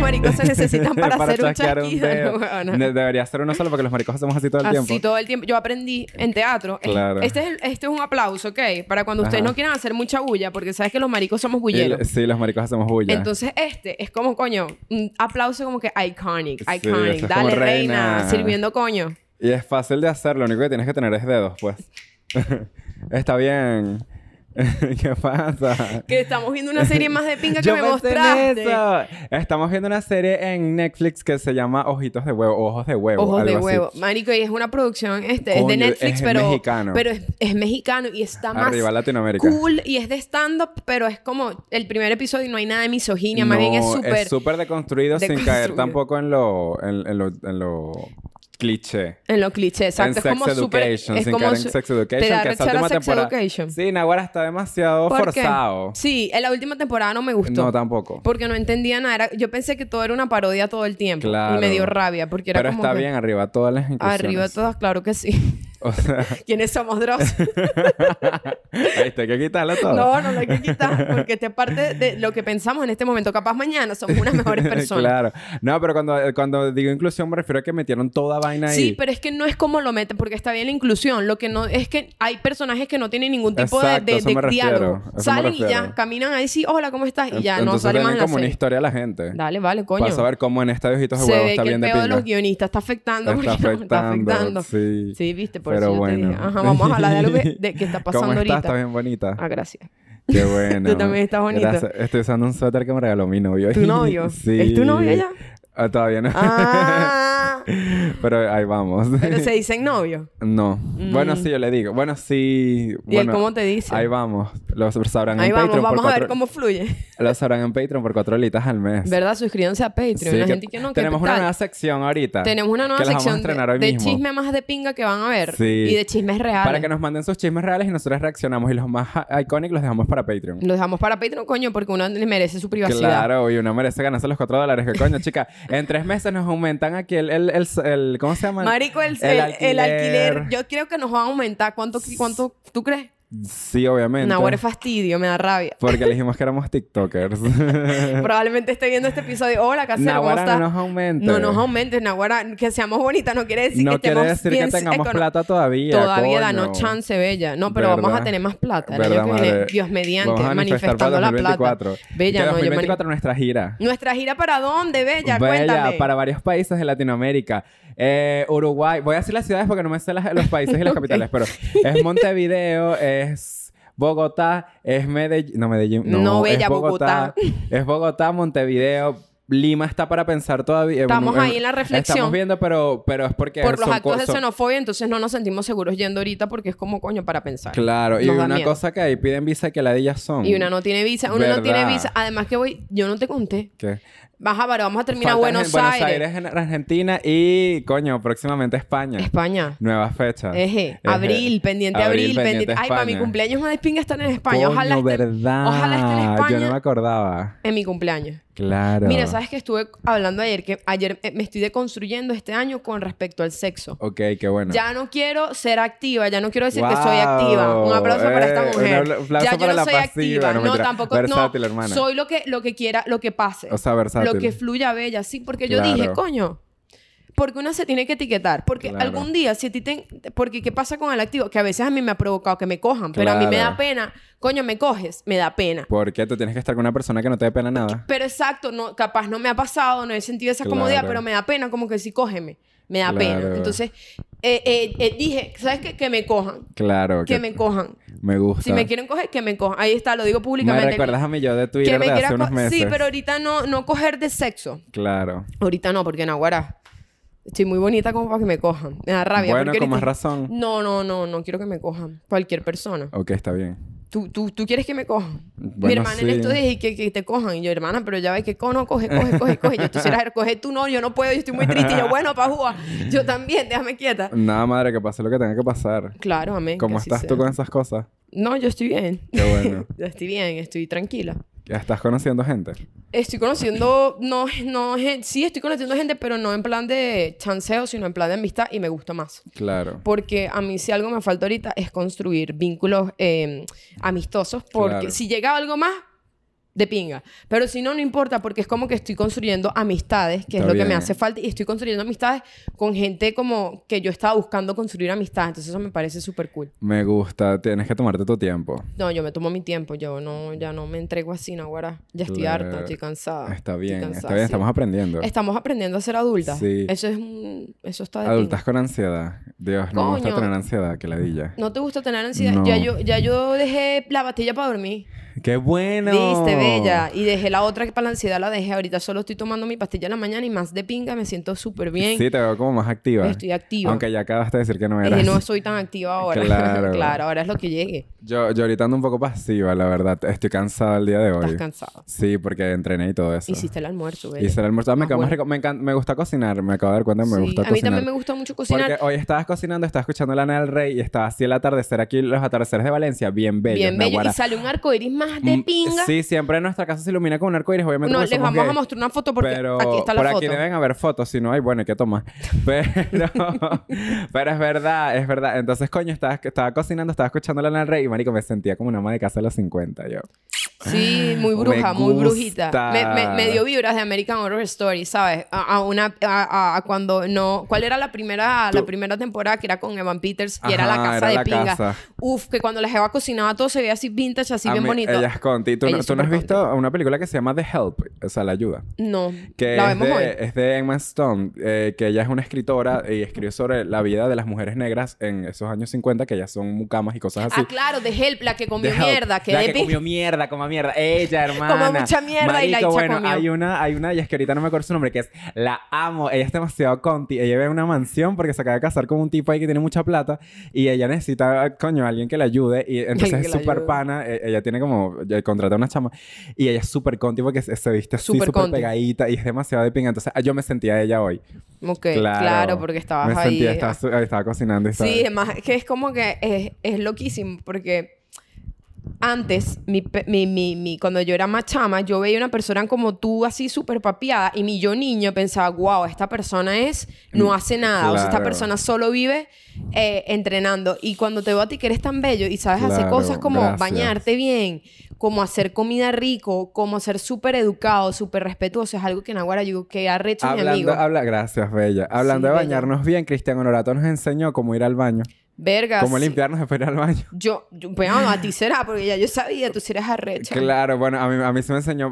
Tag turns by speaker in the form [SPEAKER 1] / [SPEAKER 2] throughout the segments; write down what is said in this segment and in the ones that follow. [SPEAKER 1] maricos se necesitan para, hacer un
[SPEAKER 2] chasquear un
[SPEAKER 1] chasquido.
[SPEAKER 2] dedo.
[SPEAKER 1] huevona.
[SPEAKER 2] Ne- Debería ser uno solo porque los maricos hacemos así todo el
[SPEAKER 1] Así
[SPEAKER 2] tiempo.
[SPEAKER 1] todo el tiempo. Yo aprendí en teatro. Es-
[SPEAKER 2] Claro.
[SPEAKER 1] Este, es el- este es un aplauso, ¿ok? Para cuando ustedes
[SPEAKER 2] Ajá.
[SPEAKER 1] no quieran hacer mucha bulla, porque sabes que los maricos somos
[SPEAKER 2] Y-
[SPEAKER 1] bulleros.
[SPEAKER 2] sí, los maricos hacemos bulla.
[SPEAKER 1] Entonces, este es como, coño, un aplauso como que iconic,
[SPEAKER 2] Sí,
[SPEAKER 1] iconic.
[SPEAKER 2] eso es
[SPEAKER 1] Dale,
[SPEAKER 2] como reina.
[SPEAKER 1] reina, sirviendo coño.
[SPEAKER 2] Y es fácil de hacer, lo único que tienes que tener es dedos, pues. Está bien. ¿Qué pasa?
[SPEAKER 1] Que estamos viendo una serie más de pinga que
[SPEAKER 2] Yo
[SPEAKER 1] me
[SPEAKER 2] pensé en
[SPEAKER 1] mostraste.
[SPEAKER 2] eso. Estamos viendo una serie en Netflix que se llama Ojitos de Huevo, Ojos de Huevo.
[SPEAKER 1] Ojos de
[SPEAKER 2] algo así.
[SPEAKER 1] huevo. Marico, y es una producción, este, es de
[SPEAKER 2] Coño,
[SPEAKER 1] Netflix,
[SPEAKER 2] es
[SPEAKER 1] pero,
[SPEAKER 2] mexicano.
[SPEAKER 1] pero es, es mexicano y está más
[SPEAKER 2] Arriba Latinoamérica.
[SPEAKER 1] cool y es de stand-up, pero es como el primer episodio y no hay nada de misoginia, más bien es
[SPEAKER 2] No,
[SPEAKER 1] súper...
[SPEAKER 2] Es súper deconstruido sin caer
[SPEAKER 1] deconstruido.
[SPEAKER 2] tampoco en lo, en, en lo, en lo cliché.
[SPEAKER 1] En los clichés, exacto.
[SPEAKER 2] en
[SPEAKER 1] es
[SPEAKER 2] Sex
[SPEAKER 1] como súper...
[SPEAKER 2] Education,
[SPEAKER 1] Es
[SPEAKER 2] sin
[SPEAKER 1] como
[SPEAKER 2] caer en
[SPEAKER 1] su-
[SPEAKER 2] Sex
[SPEAKER 1] Te
[SPEAKER 2] Education, que
[SPEAKER 1] da
[SPEAKER 2] esa
[SPEAKER 1] rechera
[SPEAKER 2] última
[SPEAKER 1] Sex
[SPEAKER 2] temporada.
[SPEAKER 1] Education.
[SPEAKER 2] Sí, Nahuara está demasiado
[SPEAKER 1] ¿Por qué?
[SPEAKER 2] forzado.
[SPEAKER 1] Sí, en la última temporada no me gustó.
[SPEAKER 2] No, tampoco.
[SPEAKER 1] Porque no entendía nada. Era- yo pensé que todo era una parodia todo el tiempo.
[SPEAKER 2] Claro.
[SPEAKER 1] Y me dio rabia porque era
[SPEAKER 2] Pero
[SPEAKER 1] como
[SPEAKER 2] está
[SPEAKER 1] que,
[SPEAKER 2] bien, arriba todas las inclusiones.
[SPEAKER 1] Arriba todas, claro que sí.
[SPEAKER 2] O sea,
[SPEAKER 1] ¿Quiénes somos, Dross?
[SPEAKER 2] ahí está, hay que quitarlo todo.
[SPEAKER 1] No, no lo hay que quitar porque esta es parte de lo que pensamos en este momento. Capaz mañana somos unas mejores personas.
[SPEAKER 2] claro. No, pero cuando, cuando digo inclusión me refiero a que metieron toda vaina ahí.
[SPEAKER 1] Sí, pero es que no es como lo meten, porque está bien la inclusión. Lo que no es que hay personajes que no tienen ningún tipo de-
[SPEAKER 2] Exacto,
[SPEAKER 1] de,
[SPEAKER 2] eso
[SPEAKER 1] de
[SPEAKER 2] me refiero,
[SPEAKER 1] diálogo.
[SPEAKER 2] eso me
[SPEAKER 1] Salen y ya,
[SPEAKER 2] refiero.
[SPEAKER 1] caminan ahí, sí, hola, ¿cómo estás? Y ya,
[SPEAKER 2] Entonces
[SPEAKER 1] no sale
[SPEAKER 2] denle
[SPEAKER 1] más en la
[SPEAKER 2] como una
[SPEAKER 1] serie.
[SPEAKER 2] historia a la gente.
[SPEAKER 1] Dale, vale, coño.
[SPEAKER 2] Para saber cómo en esta de ojitos de
[SPEAKER 1] Se
[SPEAKER 2] huevo
[SPEAKER 1] ve
[SPEAKER 2] está
[SPEAKER 1] que el
[SPEAKER 2] bien de
[SPEAKER 1] pedo de los
[SPEAKER 2] pinga.
[SPEAKER 1] guionistas está afectando porque
[SPEAKER 2] Está
[SPEAKER 1] nos está
[SPEAKER 2] afectando.
[SPEAKER 1] afectando.
[SPEAKER 2] Sí.
[SPEAKER 1] Sí, viste, por
[SPEAKER 2] Pero
[SPEAKER 1] eso yo te
[SPEAKER 2] bueno.
[SPEAKER 1] dije, ajá, vamos a hablar de algo que, de que está pasando
[SPEAKER 2] ¿Cómo estás?
[SPEAKER 1] ahorita.
[SPEAKER 2] Estás bien bonita.
[SPEAKER 1] Ah, gracias.
[SPEAKER 2] Qué bueno.
[SPEAKER 1] Tú también estás bonita.
[SPEAKER 2] Gracias. Estoy usando un suéter que me regaló mi novio.
[SPEAKER 1] ¿Tu novio?
[SPEAKER 2] sí.
[SPEAKER 1] ¿Es tu novio ya?
[SPEAKER 2] Ah, todavía no.
[SPEAKER 1] Ah,
[SPEAKER 2] Pero ahí vamos.
[SPEAKER 1] pero se dicen novio.
[SPEAKER 2] No.
[SPEAKER 1] Mm.
[SPEAKER 2] Bueno, sí, yo le digo. Bueno, sí.
[SPEAKER 1] ¿Y
[SPEAKER 2] bueno,
[SPEAKER 1] él cómo te dice?
[SPEAKER 2] Ahí vamos. Lo sabrán
[SPEAKER 1] Ahí
[SPEAKER 2] en
[SPEAKER 1] vamos,
[SPEAKER 2] Patreon
[SPEAKER 1] vamos
[SPEAKER 2] por
[SPEAKER 1] a ver
[SPEAKER 2] cuatro-
[SPEAKER 1] cómo fluye.
[SPEAKER 2] Lo sabrán en Patreon por cuatro holitas al mes.
[SPEAKER 1] ¿Verdad? Suscríbanse a Patreon.
[SPEAKER 2] Sí,
[SPEAKER 1] la
[SPEAKER 2] que
[SPEAKER 1] gente que no, que
[SPEAKER 2] tenemos una
[SPEAKER 1] tal.
[SPEAKER 2] nueva sección ahorita.
[SPEAKER 1] Tenemos una nueva
[SPEAKER 2] que las vamos a
[SPEAKER 1] sección
[SPEAKER 2] estrenar
[SPEAKER 1] de,
[SPEAKER 2] hoy
[SPEAKER 1] de
[SPEAKER 2] mismo.
[SPEAKER 1] chisme más de pinga que van a ver.
[SPEAKER 2] Sí.
[SPEAKER 1] Y de chismes reales.
[SPEAKER 2] Para que nos manden sus chismes reales y nosotros reaccionamos. Y los más i- icónicos los dejamos para Patreon.
[SPEAKER 1] Los dejamos para Patreon, coño, porque uno le merece su privacidad.
[SPEAKER 2] Claro, y uno merece ganarse los cuatro dólares. ¿Qué coño, chica? En tres meses nos aumentan aquí el... el, el, el- ¿Cómo se llama?
[SPEAKER 1] Marico, el, el- el alquiler. Yo creo que nos va a aumentar. ¿Cuánto, cuánto tú crees?
[SPEAKER 2] Sí, obviamente.
[SPEAKER 1] Nahuara es fastidio, me da rabia.
[SPEAKER 2] Porque le dijimos que éramos TikTokers.
[SPEAKER 1] Probablemente esté viendo este episodio. Hola, casero, ¿cómo
[SPEAKER 2] Nahuara
[SPEAKER 1] estás?
[SPEAKER 2] no nos aumenta.
[SPEAKER 1] No nos aumentes, Nahuara. Que seamos bonitas no quiere decir que
[SPEAKER 2] No
[SPEAKER 1] estemos
[SPEAKER 2] quiere decir que
[SPEAKER 1] bien
[SPEAKER 2] tengamos
[SPEAKER 1] econo-
[SPEAKER 2] plata todavía.
[SPEAKER 1] Todavía
[SPEAKER 2] coño.
[SPEAKER 1] danos chance, bella. No, pero vamos a
[SPEAKER 2] ¿Verdad?
[SPEAKER 1] tener más plata. el
[SPEAKER 2] Verdad,
[SPEAKER 1] año que viene.
[SPEAKER 2] madre.
[SPEAKER 1] Dios mediante,
[SPEAKER 2] Vamos a manifestar para
[SPEAKER 1] manifestando la plata.
[SPEAKER 2] 2024.
[SPEAKER 1] Bella,
[SPEAKER 2] que
[SPEAKER 1] no, yo mani-
[SPEAKER 2] 2024 nuestra gira.
[SPEAKER 1] ¿Nuestra gira para dónde, Bella? Cuéntame.
[SPEAKER 2] para varios países de Latinoamérica. Eh, Uruguay, voy a decir las ciudades porque no me sé las- los países y las
[SPEAKER 1] Ok.
[SPEAKER 2] capitales, pero es Montevideo, es Bogotá, es Medellín, no Medellín, no,
[SPEAKER 1] No,
[SPEAKER 2] es
[SPEAKER 1] bella,
[SPEAKER 2] Bogotá, es Bogotá, Montevideo. Lima está para pensar todavía.
[SPEAKER 1] Estamos
[SPEAKER 2] Eh,
[SPEAKER 1] ahí en la reflexión.
[SPEAKER 2] Estamos viendo, pero, pero es porque
[SPEAKER 1] Por los
[SPEAKER 2] son
[SPEAKER 1] actos de
[SPEAKER 2] co- son-
[SPEAKER 1] xenofobia, entonces no nos sentimos seguros yendo ahorita porque es como coño para pensar.
[SPEAKER 2] Claro, y
[SPEAKER 1] Nos da
[SPEAKER 2] una
[SPEAKER 1] miedo.
[SPEAKER 2] cosa que ahí piden visa que la de ellas son.
[SPEAKER 1] Y una no tiene visa, uno no
[SPEAKER 2] ¿Verdad?
[SPEAKER 1] tiene visa. Además que voy, yo no te conté.
[SPEAKER 2] ¿Qué?
[SPEAKER 1] Baja, pero vamos a terminar
[SPEAKER 2] Faltan
[SPEAKER 1] Buenos,
[SPEAKER 2] en Buenos
[SPEAKER 1] Aires.
[SPEAKER 2] Aires, en Argentina y, coño, próximamente España.
[SPEAKER 1] España.
[SPEAKER 2] Nuevas fechas.
[SPEAKER 1] Eje,
[SPEAKER 2] Eje.
[SPEAKER 1] abril, pendiente abril, pendiente. Ay, para mi
[SPEAKER 2] España.
[SPEAKER 1] cumpleaños me despinga estar en España. ojalá
[SPEAKER 2] Coño,
[SPEAKER 1] esté,
[SPEAKER 2] verdad.
[SPEAKER 1] ojalá esté en España
[SPEAKER 2] Yo no me acordaba.
[SPEAKER 1] en mi cumpleaños.
[SPEAKER 2] Claro.
[SPEAKER 1] Mira, sabes que estuve hablando ayer que ayer eh, me estoy deconstruyendo este año con respecto al sexo.
[SPEAKER 2] Ok, qué bueno.
[SPEAKER 1] Ya no quiero ser activa, ya no quiero decir que soy
[SPEAKER 2] Wow.
[SPEAKER 1] activa. Un aplauso para esta
[SPEAKER 2] Eh, un
[SPEAKER 1] mujer.
[SPEAKER 2] apla- aplauso
[SPEAKER 1] ya yo
[SPEAKER 2] para
[SPEAKER 1] no
[SPEAKER 2] la
[SPEAKER 1] soy
[SPEAKER 2] pasiva,
[SPEAKER 1] activa,
[SPEAKER 2] no,
[SPEAKER 1] no,
[SPEAKER 2] mentira.
[SPEAKER 1] tampoco
[SPEAKER 2] Versátil,
[SPEAKER 1] no.
[SPEAKER 2] hermana.
[SPEAKER 1] Soy lo que lo que quiera, lo que pase.
[SPEAKER 2] O sea, versátil.
[SPEAKER 1] Lo que fluya bella, sí, porque yo
[SPEAKER 2] Claro.
[SPEAKER 1] dije, coño, porque una se tiene que etiquetar, porque
[SPEAKER 2] Claro.
[SPEAKER 1] algún día si a ti te porque qué pasa con el activo, que a veces a mí me ha provocado que me cojan, pero a mí me
[SPEAKER 2] Claro.
[SPEAKER 1] da pena. Coño, me coges, me da pena.
[SPEAKER 2] ¿Por qué tú tienes que estar con una persona que no te dé pena nada?
[SPEAKER 1] Pero exacto, no, capaz no me ha pasado, no he sentido esa comodidad,
[SPEAKER 2] Claro.
[SPEAKER 1] pero me da pena, como que sí, cógeme. Me da
[SPEAKER 2] Claro.
[SPEAKER 1] pena. Entonces, eh, eh, eh, dije, ¿sabes qué? Que me cojan.
[SPEAKER 2] Claro.
[SPEAKER 1] Que me cojan.
[SPEAKER 2] me gusta.
[SPEAKER 1] Si me quieren coger, que me cojan. Ahí está, lo digo
[SPEAKER 2] Me
[SPEAKER 1] públicamente.
[SPEAKER 2] recuerdas a mí yo de
[SPEAKER 1] que
[SPEAKER 2] Twitter
[SPEAKER 1] me
[SPEAKER 2] de hace
[SPEAKER 1] quieran
[SPEAKER 2] unos
[SPEAKER 1] coger.
[SPEAKER 2] meses.
[SPEAKER 1] Sí, pero ahorita no, no coger de sexo.
[SPEAKER 2] Claro.
[SPEAKER 1] Ahorita no, porque en Aguara estoy muy bonita como para que me cojan. Me da rabia.
[SPEAKER 2] Bueno,
[SPEAKER 1] porque
[SPEAKER 2] con más
[SPEAKER 1] ahorita-
[SPEAKER 2] razón.
[SPEAKER 1] No, no, no, no quiero que me cojan. Cualquier persona.
[SPEAKER 2] Ok, está bien.
[SPEAKER 1] ¿Tú, tú, tú quieres que me cojan? Mi
[SPEAKER 2] Bueno,
[SPEAKER 1] hermana
[SPEAKER 2] sí.
[SPEAKER 1] en estos días y que, que te cojan. Y yo, hermana, pero ya ves que cono, coge, coge, coge, coge. Yo, tú si eras, coge tú no, yo no puedo, yo estoy muy triste. Y yo, bueno, pa' jugar. Yo también, déjame quieta.
[SPEAKER 2] Nada, madre, que pase lo que tenga que pasar.
[SPEAKER 1] Claro, amén.
[SPEAKER 2] ¿Cómo
[SPEAKER 1] que así
[SPEAKER 2] estás tú
[SPEAKER 1] sea.
[SPEAKER 2] con esas cosas?
[SPEAKER 1] No, yo estoy bien.
[SPEAKER 2] Qué bueno.
[SPEAKER 1] Yo estoy bien, estoy tranquila.
[SPEAKER 2] ¿Estás conociendo gente?
[SPEAKER 1] Estoy conociendo, no, no, gen- sí estoy conociendo gente, pero no en plan de chanceo, sino en plan de amistad y me gusta más.
[SPEAKER 2] Claro.
[SPEAKER 1] Porque a mí si algo me falta ahorita es construir vínculos eh, em, amistosos. Porque
[SPEAKER 2] Claro.
[SPEAKER 1] si llega algo más, de pinga. Pero si no, no importa porque es como que estoy construyendo amistades, que
[SPEAKER 2] Está
[SPEAKER 1] es lo que me
[SPEAKER 2] bien.
[SPEAKER 1] hace falta, y estoy construyendo amistades con gente como que yo estaba buscando construir amistades. Entonces eso me parece súper cool.
[SPEAKER 2] Me gusta, tienes que tomarte tu tiempo.
[SPEAKER 1] No, yo me tomo mi tiempo, yo no, ya no me entrego así, no, guarda. Ya estoy harta,
[SPEAKER 2] Claro.
[SPEAKER 1] estoy cansada.
[SPEAKER 2] Está
[SPEAKER 1] estoy
[SPEAKER 2] bien, está
[SPEAKER 1] cansada,
[SPEAKER 2] bien,
[SPEAKER 1] sí.
[SPEAKER 2] estamos aprendiendo.
[SPEAKER 1] Estamos aprendiendo a ser adultas.
[SPEAKER 2] Sí.
[SPEAKER 1] Eso es un- eso está de pinga.
[SPEAKER 2] Adultas con ansiedad. Dios, no me gusta
[SPEAKER 1] Coño.
[SPEAKER 2] tener ansiedad, que ladilla.
[SPEAKER 1] ¿No te gusta tener ansiedad?
[SPEAKER 2] No.
[SPEAKER 1] Ya, yo, ya yo dejé la pastilla para dormir.
[SPEAKER 2] ¡Qué bueno!
[SPEAKER 1] Viste, bella. Y dejé la otra que para la ansiedad la dejé. Ahorita solo estoy tomando mi pastilla en la mañana y más de pinga me siento súper bien.
[SPEAKER 2] Sí, te veo como más activa.
[SPEAKER 1] Estoy activa.
[SPEAKER 2] Aunque ya acabaste de decir que no
[SPEAKER 1] Es
[SPEAKER 2] eras.
[SPEAKER 1] que no soy tan activa ahora.
[SPEAKER 2] Claro.
[SPEAKER 1] ahora es lo que llegue.
[SPEAKER 2] Yo, yo ahorita ando un poco pasiva, la verdad. Estoy cansada el día de
[SPEAKER 1] Estás
[SPEAKER 2] hoy.
[SPEAKER 1] cansado.
[SPEAKER 2] Sí, porque entrené y todo eso.
[SPEAKER 1] Hiciste el almuerzo, bella.
[SPEAKER 2] Hice el almuerzo. Ah, me,
[SPEAKER 1] Más
[SPEAKER 2] acabo-
[SPEAKER 1] bueno.
[SPEAKER 2] me encan- me gusta cocinar. Me acabo de dar cuenta que me
[SPEAKER 1] Sí,
[SPEAKER 2] gusta
[SPEAKER 1] A mí
[SPEAKER 2] cocinar.
[SPEAKER 1] también me gusta mucho cocinar.
[SPEAKER 2] Porque hoy estabas cocinando, estaba escuchando la Lana del Rey y estaba así el atardecer aquí, los atardeceres de Valencia, bien bellos.
[SPEAKER 1] bien bello.
[SPEAKER 2] naguará.
[SPEAKER 1] Y sale un arco iris más de
[SPEAKER 2] Mm,
[SPEAKER 1] pinga.
[SPEAKER 2] Sí, siempre nuestra casa se ilumina con un arco iris, obviamente.
[SPEAKER 1] no,
[SPEAKER 2] porque
[SPEAKER 1] les
[SPEAKER 2] somos
[SPEAKER 1] vamos a
[SPEAKER 2] gays.
[SPEAKER 1] mostrar una foto porque
[SPEAKER 2] pero
[SPEAKER 1] aquí está la
[SPEAKER 2] por
[SPEAKER 1] foto.
[SPEAKER 2] aquí deben haber fotos, si no hay, bueno, hay que tomar. Pero, pero es verdad, es verdad. Entonces, coño, estaba, estaba cocinando, estaba escuchando la Lana del Rey y, marico, me sentía como una ama de casa de los 50, yo.
[SPEAKER 1] Sí, muy
[SPEAKER 2] Me
[SPEAKER 1] bruja, muy brujita.
[SPEAKER 2] gusta.
[SPEAKER 1] Me, me- me dio vibras de American Horror Story, ¿sabes? A, a una a, a- a cuando no, ¿cuál era la primera la
[SPEAKER 2] Tú-
[SPEAKER 1] primera temporada que era con Evan Peters y era
[SPEAKER 2] Ajá,
[SPEAKER 1] la casa
[SPEAKER 2] era
[SPEAKER 1] de
[SPEAKER 2] la
[SPEAKER 1] pinga?
[SPEAKER 2] casa.
[SPEAKER 1] Uf, que cuando la jeva cocinaba todo se veía así vintage, así
[SPEAKER 2] A
[SPEAKER 1] bien
[SPEAKER 2] mí-
[SPEAKER 1] bonito.
[SPEAKER 2] Ella es Conti. ¿Tú,
[SPEAKER 1] Ella
[SPEAKER 2] no,
[SPEAKER 1] es
[SPEAKER 2] tú no has
[SPEAKER 1] súper
[SPEAKER 2] visto una película que se llama The Help? O sea, La Ayuda.
[SPEAKER 1] No,
[SPEAKER 2] Que
[SPEAKER 1] la
[SPEAKER 2] es,
[SPEAKER 1] vemos
[SPEAKER 2] de,
[SPEAKER 1] hoy.
[SPEAKER 2] es de Emma Stone, eh, que ella es una escritora y escribe sobre la vida de las mujeres negras en esos años 50, que ellas son mucamas y cosas así.
[SPEAKER 1] Ah, claro, de Help, la que comió
[SPEAKER 2] The Help,
[SPEAKER 1] mierda, que
[SPEAKER 2] la
[SPEAKER 1] de
[SPEAKER 2] que
[SPEAKER 1] pin-
[SPEAKER 2] comió mierda, como mierda. Ella, hermana.
[SPEAKER 1] mucha mierda y
[SPEAKER 2] Marico,
[SPEAKER 1] la hecha
[SPEAKER 2] bueno,
[SPEAKER 1] comió.
[SPEAKER 2] hay una, hay una, y es que ahorita no me acuerdo su nombre, que es la amo. Ella es demasiado conti. Ella vive en una mansión porque se acaba de casar con un tipo ahí que tiene mucha plata y ella necesita, coño, a alguien que la ayude. Y
[SPEAKER 1] Alguien
[SPEAKER 2] entonces
[SPEAKER 1] que
[SPEAKER 2] es
[SPEAKER 1] la
[SPEAKER 2] súper
[SPEAKER 1] ayude.
[SPEAKER 2] pana. eh, Ella tiene como, ya contrata a una chama y ella es súper conti porque se, se viste así,
[SPEAKER 1] Súper
[SPEAKER 2] súper
[SPEAKER 1] conti.
[SPEAKER 2] pegadita y es demasiado de pinga. Entonces ah, yo me sentía ella hoy.
[SPEAKER 1] Ok,
[SPEAKER 2] Claro,
[SPEAKER 1] claro, porque estabas
[SPEAKER 2] Me
[SPEAKER 1] ahí. ah.
[SPEAKER 2] sentía, estaba, su- estaba cocinando. y estaba-
[SPEAKER 1] Sí, además que es como que es, es loquísimo porque antes, mi, pe- mi- mi- mi- cuando yo era más chama, yo veía una persona como tú así súper papiada y mi yo niño pensaba, wow, esta persona es, no hace nada, o sea, esta
[SPEAKER 2] Mm, claro.
[SPEAKER 1] persona solo vive eh, entrenando. Y cuando te veo a ti que eres tan bello y sabes hacer
[SPEAKER 2] Claro,
[SPEAKER 1] cosas como
[SPEAKER 2] gracias.
[SPEAKER 1] bañarte bien, como hacer comida rico, como ser súper educado, súper respetuoso, es algo que en Aguara yo digo, que arrecho mi
[SPEAKER 2] Hablando,
[SPEAKER 1] amigo.
[SPEAKER 2] habla, gracias, Bella. Hablando
[SPEAKER 1] Sí,
[SPEAKER 2] de
[SPEAKER 1] Bella.
[SPEAKER 2] bañarnos bien, Cristian Honorato nos enseñó cómo ir al baño.
[SPEAKER 1] Verga.
[SPEAKER 2] cómo
[SPEAKER 1] Ah, sí.
[SPEAKER 2] limpiarnos después de ir al baño.
[SPEAKER 1] Yo, yo- bueno, a ti será, porque ya yo sabía, tú sí eres arrecha.
[SPEAKER 2] Claro, bueno, a mí, a mí se me enseñó...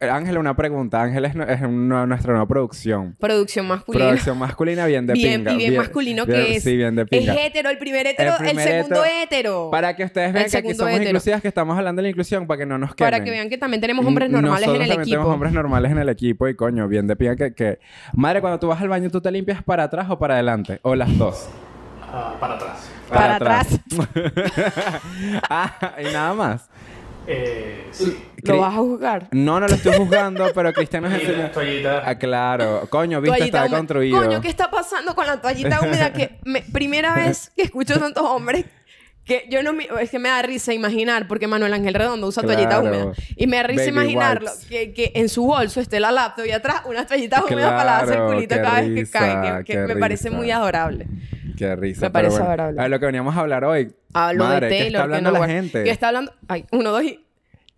[SPEAKER 2] eh, Ángela, una pregunta. Ángela es, nu- es una- nuestra nueva producción.
[SPEAKER 1] Producción masculina.
[SPEAKER 2] Producción masculina bien de
[SPEAKER 1] bien,
[SPEAKER 2] pinga.
[SPEAKER 1] y bien, masculino
[SPEAKER 2] bien-
[SPEAKER 1] que es.
[SPEAKER 2] Sí, bien de pinga.
[SPEAKER 1] Es hétero, el primer hétero, el,
[SPEAKER 2] primer
[SPEAKER 1] segundo
[SPEAKER 2] hétero.
[SPEAKER 1] hétero.
[SPEAKER 2] Para que ustedes vean
[SPEAKER 1] El
[SPEAKER 2] que aquí
[SPEAKER 1] segundo
[SPEAKER 2] somos
[SPEAKER 1] hétero.
[SPEAKER 2] inclusivas, que estamos hablando de la inclusión, para que no nos quemen.
[SPEAKER 1] Para que vean que también tenemos hombres normales
[SPEAKER 2] Nosotros
[SPEAKER 1] en el
[SPEAKER 2] también tenemos
[SPEAKER 1] equipo.
[SPEAKER 2] hombres normales en el equipo y coño, bien de pinga que, que... Madre, cuando tú vas al baño, ¿tú te limpias para atrás o para adelante? O las dos.
[SPEAKER 3] Ah, para atrás.
[SPEAKER 1] Para atrás.
[SPEAKER 2] ah, y nada más.
[SPEAKER 3] Eh, sí.
[SPEAKER 1] Lo vas a juzgar.
[SPEAKER 2] No, no lo estoy juzgando, pero Cristian nos enseñó...
[SPEAKER 3] Toallitas, toallitas.
[SPEAKER 2] Ah, claro. Coño, viste,
[SPEAKER 1] Toallita
[SPEAKER 2] está
[SPEAKER 1] húmeda.
[SPEAKER 2] construido.
[SPEAKER 1] Coño, ¿qué está pasando con la toallita húmeda? Que me- primera vez que escucho tantos hombres que yo no me, es que me da risa imaginar porque Manuel Ángel Redondo usa toallita
[SPEAKER 2] Claro.
[SPEAKER 1] húmeda y me da risa
[SPEAKER 2] Baby
[SPEAKER 1] imaginarlo
[SPEAKER 2] wipes.
[SPEAKER 1] que, que en su bolso esté la laptop y atrás una toallita húmeda para lavarse el
[SPEAKER 2] Claro,
[SPEAKER 1] culito
[SPEAKER 2] qué
[SPEAKER 1] cada vez que
[SPEAKER 2] risa,
[SPEAKER 1] cae que, que
[SPEAKER 2] qué
[SPEAKER 1] me parece
[SPEAKER 2] risa.
[SPEAKER 1] muy adorable
[SPEAKER 2] Qué risa.
[SPEAKER 1] Me parece
[SPEAKER 2] pero bueno.
[SPEAKER 1] adorable.
[SPEAKER 2] A ver, lo que veníamos a hablar hoy.
[SPEAKER 1] hablo
[SPEAKER 2] Madre,
[SPEAKER 1] de Taylor
[SPEAKER 2] ¿qué está hablando
[SPEAKER 1] que no
[SPEAKER 2] la
[SPEAKER 1] guarda-
[SPEAKER 2] gente?
[SPEAKER 1] que está hablando ay uno dos y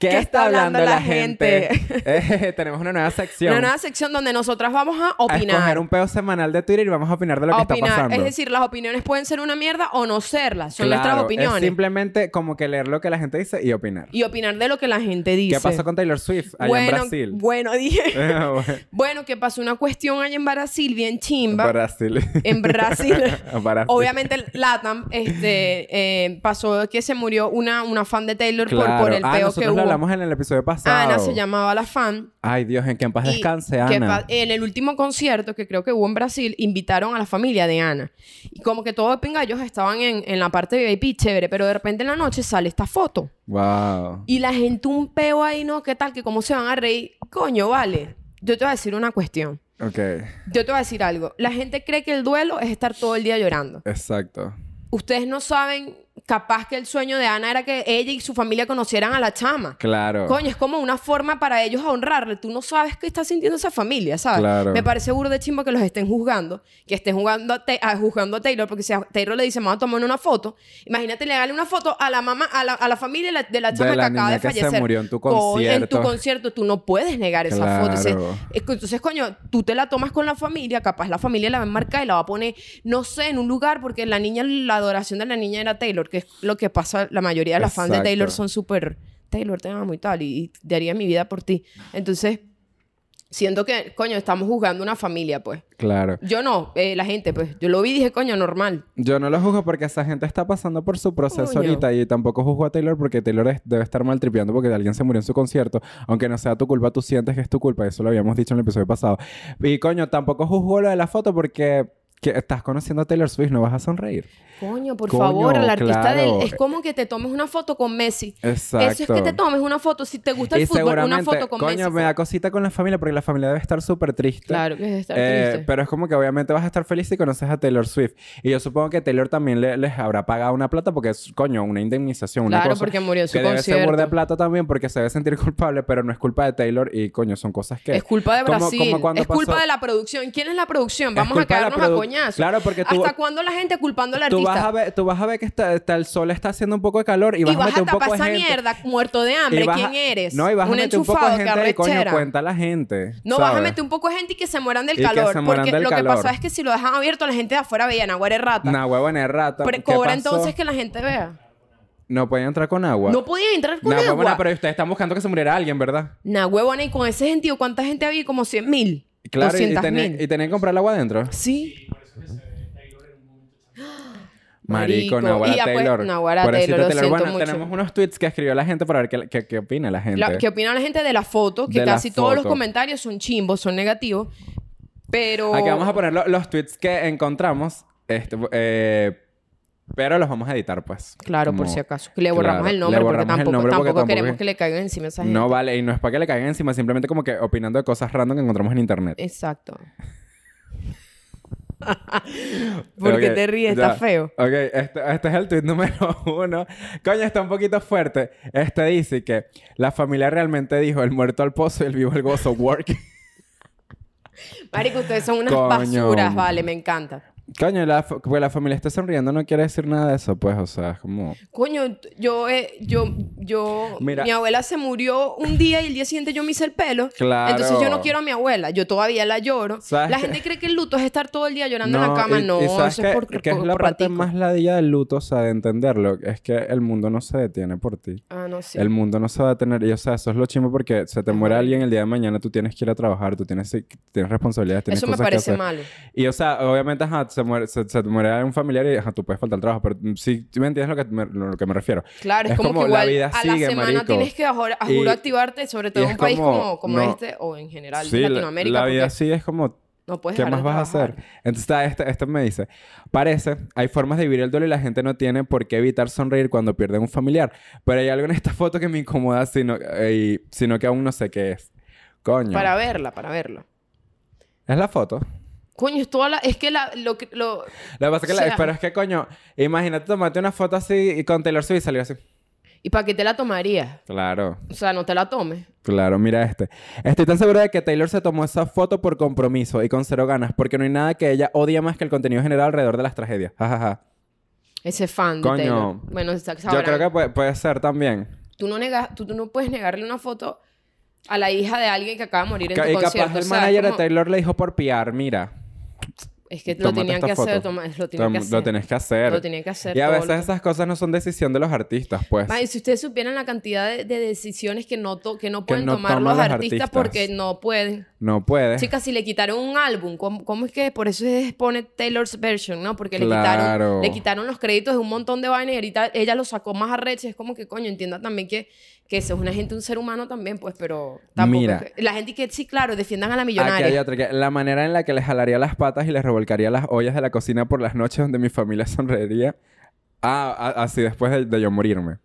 [SPEAKER 2] ¿Qué
[SPEAKER 1] ¿Qué
[SPEAKER 2] está hablando la gente? Eh, tenemos una nueva sección.
[SPEAKER 1] una nueva sección donde nosotras vamos a
[SPEAKER 2] a
[SPEAKER 1] opinar
[SPEAKER 2] escoger un pedo semanal de Twitter y vamos a opinar de lo que
[SPEAKER 1] A
[SPEAKER 2] está
[SPEAKER 1] opinar.
[SPEAKER 2] pasando.
[SPEAKER 1] es decir las opiniones pueden ser una mierda o no serlas son nuestras
[SPEAKER 2] Claro, Es
[SPEAKER 1] opiniones
[SPEAKER 2] simplemente como que leer lo que la gente dice y opinar.
[SPEAKER 1] y opinar de lo que la gente dice.
[SPEAKER 2] ¿Qué pasó con Taylor Swift allá
[SPEAKER 1] bueno,
[SPEAKER 2] en Brasil?
[SPEAKER 1] Bueno, dije.
[SPEAKER 2] Bueno,
[SPEAKER 1] bueno, que pasó una cuestión allá en Brasil, bien chimba.
[SPEAKER 2] Brasil.
[SPEAKER 1] En Brasil.
[SPEAKER 2] Brasil.
[SPEAKER 1] Obviamente, Latam este, eh, pasó que se murió una, una fan de Taylor por-
[SPEAKER 2] Claro.
[SPEAKER 1] por, el
[SPEAKER 2] ah,
[SPEAKER 1] peo
[SPEAKER 2] nosotros
[SPEAKER 1] que
[SPEAKER 2] lo
[SPEAKER 1] hubo.
[SPEAKER 2] hablamos en el episodio pasado.
[SPEAKER 1] Ana se llamaba la fan.
[SPEAKER 2] Ay, Dios, en que en paz
[SPEAKER 1] y
[SPEAKER 2] descanse,
[SPEAKER 1] que
[SPEAKER 2] Ana.
[SPEAKER 1] pa- en el último concierto que creo que hubo en Brasil, invitaron a la familia de Ana. Y como que todos de pinga, ellos estaban en, en la parte de VIP, chévere, pero de repente en la noche sale esta foto.
[SPEAKER 2] Wow.
[SPEAKER 1] Y la gente un peo ahí, ¿no? ¿Qué tal? Que cómo se van a reír. Coño, vale. Yo te voy a decir una cuestión.
[SPEAKER 2] Ok,
[SPEAKER 1] Yo te voy a decir algo. La gente cree que el duelo es estar todo el día llorando.
[SPEAKER 2] exacto.
[SPEAKER 1] Ustedes no saben capaz que el sueño de Ana era que ella y su familia conocieran a la chama.
[SPEAKER 2] Claro.
[SPEAKER 1] Coño, es como una forma para ellos a honrarle. Tú no sabes qué está sintiendo esa familia, ¿sabes?
[SPEAKER 2] Claro.
[SPEAKER 1] Me parece burro de chimba que los estén juzgando, que estén jugando a, Ta- a- juzgando a Taylor, porque si a Taylor le dice, vamos a tomar una foto, imagínate le darle una foto a la mamá, a la, a la familia de la- de la chama
[SPEAKER 2] la
[SPEAKER 1] que acaba de
[SPEAKER 2] niña que se
[SPEAKER 1] fallecer.
[SPEAKER 2] murió en tu
[SPEAKER 1] Coño, En tu
[SPEAKER 2] concierto.
[SPEAKER 1] concierto, tú no puedes negar esa
[SPEAKER 2] Claro.
[SPEAKER 1] foto. Ese- es que, Entonces, coño, tú te la tomas con la familia, capaz la familia la va a enmarcar y la va a poner, no sé, en un lugar, porque la niña, la adoración de la niña era Taylor, que es lo que pasa, la mayoría de los fans de
[SPEAKER 2] Exacto.
[SPEAKER 1] Taylor son súper, Taylor te amo y tal, y, y daría mi vida por ti. Entonces, siento que, coño, estamos juzgando una familia, pues.
[SPEAKER 2] Claro.
[SPEAKER 1] Yo no, eh, la gente, pues, yo lo vi y dije, coño, normal.
[SPEAKER 2] Yo no lo juzgo porque esa gente está pasando por su proceso
[SPEAKER 1] Coño.
[SPEAKER 2] ahorita y tampoco juzgo a Taylor porque Taylor es- debe estar mal tripeando porque alguien se murió en su concierto. Aunque no sea tu culpa, tú sientes que es tu culpa. Eso lo habíamos dicho en el episodio pasado. Y coño, tampoco juzgo lo de la foto porque que estás conociendo a Taylor Swift, no vas a sonreír.
[SPEAKER 1] Coño, por
[SPEAKER 2] Coño,
[SPEAKER 1] favor, el artista
[SPEAKER 2] claro.
[SPEAKER 1] del- Es como que te tomes una foto con Messi.
[SPEAKER 2] Exacto.
[SPEAKER 1] Eso es que te tomes una foto. Si te gusta el
[SPEAKER 2] y
[SPEAKER 1] fútbol,
[SPEAKER 2] seguramente,
[SPEAKER 1] una foto con
[SPEAKER 2] coño,
[SPEAKER 1] Messi.
[SPEAKER 2] me da cosita con la familia porque la familia debe estar súper triste.
[SPEAKER 1] Claro que es estar
[SPEAKER 2] Eh,
[SPEAKER 1] triste.
[SPEAKER 2] pero es como que obviamente vas a estar feliz si conoces a Taylor Swift. Y yo supongo que Taylor también le- les habrá pagado una plata porque es, coño, una indemnización, una
[SPEAKER 1] Claro,
[SPEAKER 2] cosa
[SPEAKER 1] porque murió en su
[SPEAKER 2] que debe ser
[SPEAKER 1] concierto.
[SPEAKER 2] burda de plata también porque se debe sentir culpable, pero no es culpa de Taylor y, coño, son cosas que...
[SPEAKER 1] Es culpa de
[SPEAKER 2] Como-
[SPEAKER 1] Brasil.
[SPEAKER 2] como cuando
[SPEAKER 1] es culpa
[SPEAKER 2] pasó-
[SPEAKER 1] de la producción. ¿Quién es la producción?
[SPEAKER 2] Es
[SPEAKER 1] Vamos a
[SPEAKER 2] culpa de la
[SPEAKER 1] quedarnos a
[SPEAKER 2] produ-
[SPEAKER 1] coñazos.
[SPEAKER 2] Claro, porque tú-
[SPEAKER 1] ¿Hasta cuándo la gente culpando al
[SPEAKER 2] Tú
[SPEAKER 1] artista?
[SPEAKER 2] vas, a ver, tú vas a ver que está, está- el sol está haciendo un poco de calor y
[SPEAKER 1] y
[SPEAKER 2] vas, a
[SPEAKER 1] vas
[SPEAKER 2] meter
[SPEAKER 1] a
[SPEAKER 2] un poco
[SPEAKER 1] tapar
[SPEAKER 2] de
[SPEAKER 1] esa
[SPEAKER 2] gente.
[SPEAKER 1] mierda, muerto de
[SPEAKER 2] y
[SPEAKER 1] hambre.
[SPEAKER 2] vas a-
[SPEAKER 1] ¿Quién eres?
[SPEAKER 2] No, y vas a
[SPEAKER 1] un
[SPEAKER 2] meter un poco
[SPEAKER 1] enchufado,
[SPEAKER 2] de
[SPEAKER 1] que
[SPEAKER 2] gente y, coño,
[SPEAKER 1] arrechera.
[SPEAKER 2] cuenta a la gente.
[SPEAKER 1] No vas a
[SPEAKER 2] ¿sabes?
[SPEAKER 1] meter un poco de gente y que se mueran del
[SPEAKER 2] Y que
[SPEAKER 1] calor.
[SPEAKER 2] se mueran
[SPEAKER 1] porque
[SPEAKER 2] del
[SPEAKER 1] lo que
[SPEAKER 2] calor.
[SPEAKER 1] pasaba es que si lo dejan abierto, la gente de afuera veía Nahuara es rata.
[SPEAKER 2] Nah, huevo en el rato.
[SPEAKER 1] Pre-
[SPEAKER 2] ¿Qué
[SPEAKER 1] cobra
[SPEAKER 2] pasó?
[SPEAKER 1] entonces que la gente vea.
[SPEAKER 2] No podían entrar con agua.
[SPEAKER 1] No podía entrar con
[SPEAKER 2] Nah, huevona,
[SPEAKER 1] agua.
[SPEAKER 2] pero ustedes están buscando que se muriera alguien, ¿verdad?
[SPEAKER 1] Nah, huevona, y con ese sentido, ¿cuánta gente había? Como 100 mil.
[SPEAKER 2] Claro, y- y,
[SPEAKER 1] 200
[SPEAKER 2] tenía-
[SPEAKER 1] mil.
[SPEAKER 2] y tenía que comprar el agua adentro.
[SPEAKER 1] Sí.
[SPEAKER 2] Marico,
[SPEAKER 1] Marico.
[SPEAKER 2] Nahuara
[SPEAKER 1] Y ya, pues,
[SPEAKER 2] Taylor.
[SPEAKER 1] Nahuara
[SPEAKER 2] Pobrecita
[SPEAKER 1] Taylor, lo siento
[SPEAKER 2] Bueno,
[SPEAKER 1] mucho.
[SPEAKER 2] tenemos unos tweets que escribió la gente para ver qué, qué, qué opina la gente.
[SPEAKER 1] La- ¿Qué opina la gente de la foto? Que
[SPEAKER 2] De la
[SPEAKER 1] casi todos los
[SPEAKER 2] foto.
[SPEAKER 1] comentarios son chimbos, son negativos. Pero.
[SPEAKER 2] Aquí vamos a poner lo- los tweets que encontramos. Este, eh, pero los vamos a editar, pues.
[SPEAKER 1] Claro, por
[SPEAKER 2] Como-
[SPEAKER 1] si acaso. Le borramos
[SPEAKER 2] Claro,
[SPEAKER 1] el nombre
[SPEAKER 2] le
[SPEAKER 1] porque
[SPEAKER 2] borramos el
[SPEAKER 1] tampoco,
[SPEAKER 2] nombre porque
[SPEAKER 1] tampoco
[SPEAKER 2] tampoco
[SPEAKER 1] queremos
[SPEAKER 2] es-
[SPEAKER 1] que le caigan encima a esa gente.
[SPEAKER 2] No vale, y no es para que le caigan encima, simplemente como que opinando de cosas random que encontramos en internet.
[SPEAKER 1] Exacto. ¿Por qué
[SPEAKER 2] Ok,
[SPEAKER 1] te ríes?
[SPEAKER 2] ya.
[SPEAKER 1] Está feo.
[SPEAKER 2] Ok, este, este es el tweet número uno. Coño, está un poquito fuerte. Este dice que la familia realmente dijo el muerto al pozo y el vivo al gozo. Work.
[SPEAKER 1] Marico, ustedes son unas
[SPEAKER 2] Coño.
[SPEAKER 1] basuras, vale, me encanta.
[SPEAKER 2] Coño, la, fa- porque la familia está sonriendo no quiere decir nada de eso, pues, o sea, es como...
[SPEAKER 1] Coño, t- yo, eh, yo, yo,
[SPEAKER 2] Mira.
[SPEAKER 1] mi abuela se murió un día y el día siguiente yo me hice el pelo.
[SPEAKER 2] Claro.
[SPEAKER 1] Entonces yo no quiero a mi abuela, yo todavía la lloro.
[SPEAKER 2] ¿Sabes
[SPEAKER 1] La
[SPEAKER 2] qué?
[SPEAKER 1] gente cree que el luto es estar todo el día llorando en la cama.
[SPEAKER 2] y-
[SPEAKER 1] no,
[SPEAKER 2] y
[SPEAKER 1] eso
[SPEAKER 2] ¿sabes
[SPEAKER 1] es
[SPEAKER 2] qué?
[SPEAKER 1] por,
[SPEAKER 2] que
[SPEAKER 1] por-
[SPEAKER 2] es la
[SPEAKER 1] por
[SPEAKER 2] parte
[SPEAKER 1] ratico.
[SPEAKER 2] más ladilla del luto, o sea, de entenderlo, es que el mundo no se detiene por ti.
[SPEAKER 1] Ah, no, sí.
[SPEAKER 2] El mundo no se va a detener, y o sea, eso es lo chimo porque se te
[SPEAKER 1] Es
[SPEAKER 2] muere
[SPEAKER 1] horrible.
[SPEAKER 2] alguien el día de mañana, tú tienes que ir a trabajar, tú tienes, tienes responsabilidades, tienes
[SPEAKER 1] Eso me
[SPEAKER 2] cosas que
[SPEAKER 1] parece
[SPEAKER 2] hacer.
[SPEAKER 1] malo.
[SPEAKER 2] Y o sea, obviamente, ajá, se, muere, se, se te muere un familiar y ajá, tú puedes faltar al trabajo, pero mm, sí, tú me entiendes lo que, me, lo que me refiero.
[SPEAKER 1] Claro, es, como, que
[SPEAKER 2] la
[SPEAKER 1] igual
[SPEAKER 2] vida
[SPEAKER 1] a
[SPEAKER 2] sigue,
[SPEAKER 1] la semana
[SPEAKER 2] marico.
[SPEAKER 1] tienes que, a juro, a juro
[SPEAKER 2] Y-
[SPEAKER 1] activarte, sobre todo
[SPEAKER 2] y
[SPEAKER 1] en un
[SPEAKER 2] es
[SPEAKER 1] país
[SPEAKER 2] como-
[SPEAKER 1] como, como
[SPEAKER 2] no.
[SPEAKER 1] este o en general
[SPEAKER 2] Sí, la-
[SPEAKER 1] Latinoamérica.
[SPEAKER 2] la vida
[SPEAKER 1] porque
[SPEAKER 2] sí es como
[SPEAKER 1] no puedes
[SPEAKER 2] ¿Qué
[SPEAKER 1] dejar
[SPEAKER 2] más
[SPEAKER 1] de
[SPEAKER 2] vas a hacer?
[SPEAKER 1] trabajar.
[SPEAKER 2] Entonces, está- este, este me dice, parece, hay formas de vivir el duelo y la gente no tiene por qué evitar sonreír cuando pierden un familiar. Pero hay algo en esta foto que me incomoda, sino, eh, y- sino que aún no sé qué es. Coño.
[SPEAKER 1] Para verla, para verla.
[SPEAKER 2] Es la foto.
[SPEAKER 1] Coño, es toda la... Es que la... Lo, que- lo,
[SPEAKER 2] Lo que pasa es que, la-
[SPEAKER 1] O sea-
[SPEAKER 2] pero es que, coño, imagínate tomarte una foto así y con Taylor Swift y salir así.
[SPEAKER 1] ¿Y para qué te la tomarías?
[SPEAKER 2] Claro.
[SPEAKER 1] O sea, no te la tomes.
[SPEAKER 2] Claro, mira este. Estoy tan seguro de que Taylor se tomó esa foto por compromiso y con cero ganas, porque no hay nada que ella odia más que el contenido generado alrededor de las tragedias. Jajaja.
[SPEAKER 1] Ese fan
[SPEAKER 2] Coño.
[SPEAKER 1] de Taylor. Bueno, sa-
[SPEAKER 2] Yo
[SPEAKER 1] sabrán.
[SPEAKER 2] creo que puede- puede ser también.
[SPEAKER 1] tú, no negas, tú, tú no puedes negarle una foto a la hija de alguien que acaba de morir en
[SPEAKER 2] Ca-
[SPEAKER 1] tu
[SPEAKER 2] y capaz el
[SPEAKER 1] concierto. o sea,
[SPEAKER 2] manager
[SPEAKER 1] como-
[SPEAKER 2] de Taylor le dijo por piar, mira.
[SPEAKER 1] Es que lo
[SPEAKER 2] tómate
[SPEAKER 1] tenían
[SPEAKER 2] esta
[SPEAKER 1] que hacer.
[SPEAKER 2] foto.
[SPEAKER 1] toma- lo
[SPEAKER 2] Tom-
[SPEAKER 1] tenían que hacer.
[SPEAKER 2] Lo tenés que hacer.
[SPEAKER 1] Lo tenían que hacer,
[SPEAKER 2] Y a
[SPEAKER 1] todo
[SPEAKER 2] veces
[SPEAKER 1] lo que-
[SPEAKER 2] esas cosas no son decisión de los artistas, pues.
[SPEAKER 1] Ma, y si ustedes supieran la cantidad de, de decisiones que no, to- que no pueden
[SPEAKER 2] no
[SPEAKER 1] tomar
[SPEAKER 2] toman
[SPEAKER 1] los,
[SPEAKER 2] los
[SPEAKER 1] artistas,
[SPEAKER 2] artistas.
[SPEAKER 1] porque no pueden.
[SPEAKER 2] No puedes.
[SPEAKER 1] Chicas, si le quitaron un álbum, ¿cómo, cómo es que por eso se pone Taylor's version, no? Porque le,
[SPEAKER 2] Claro.
[SPEAKER 1] quitaron, le quitaron los créditos de un montón de vainas y ahorita ella lo sacó más a redes. Es como que, coño, entienda también que, que eso es una gente, un ser humano también, pues, pero tampoco.
[SPEAKER 2] Mira.
[SPEAKER 1] es que- la gente que sí, claro, defiendan a la
[SPEAKER 2] Aquí hay
[SPEAKER 1] millonaria.
[SPEAKER 2] otra que la manera en la que les jalaría las patas y les revolcaría las ollas de la cocina por las noches donde mi familia sonreiría. Ah, a- así después de, de yo morirme.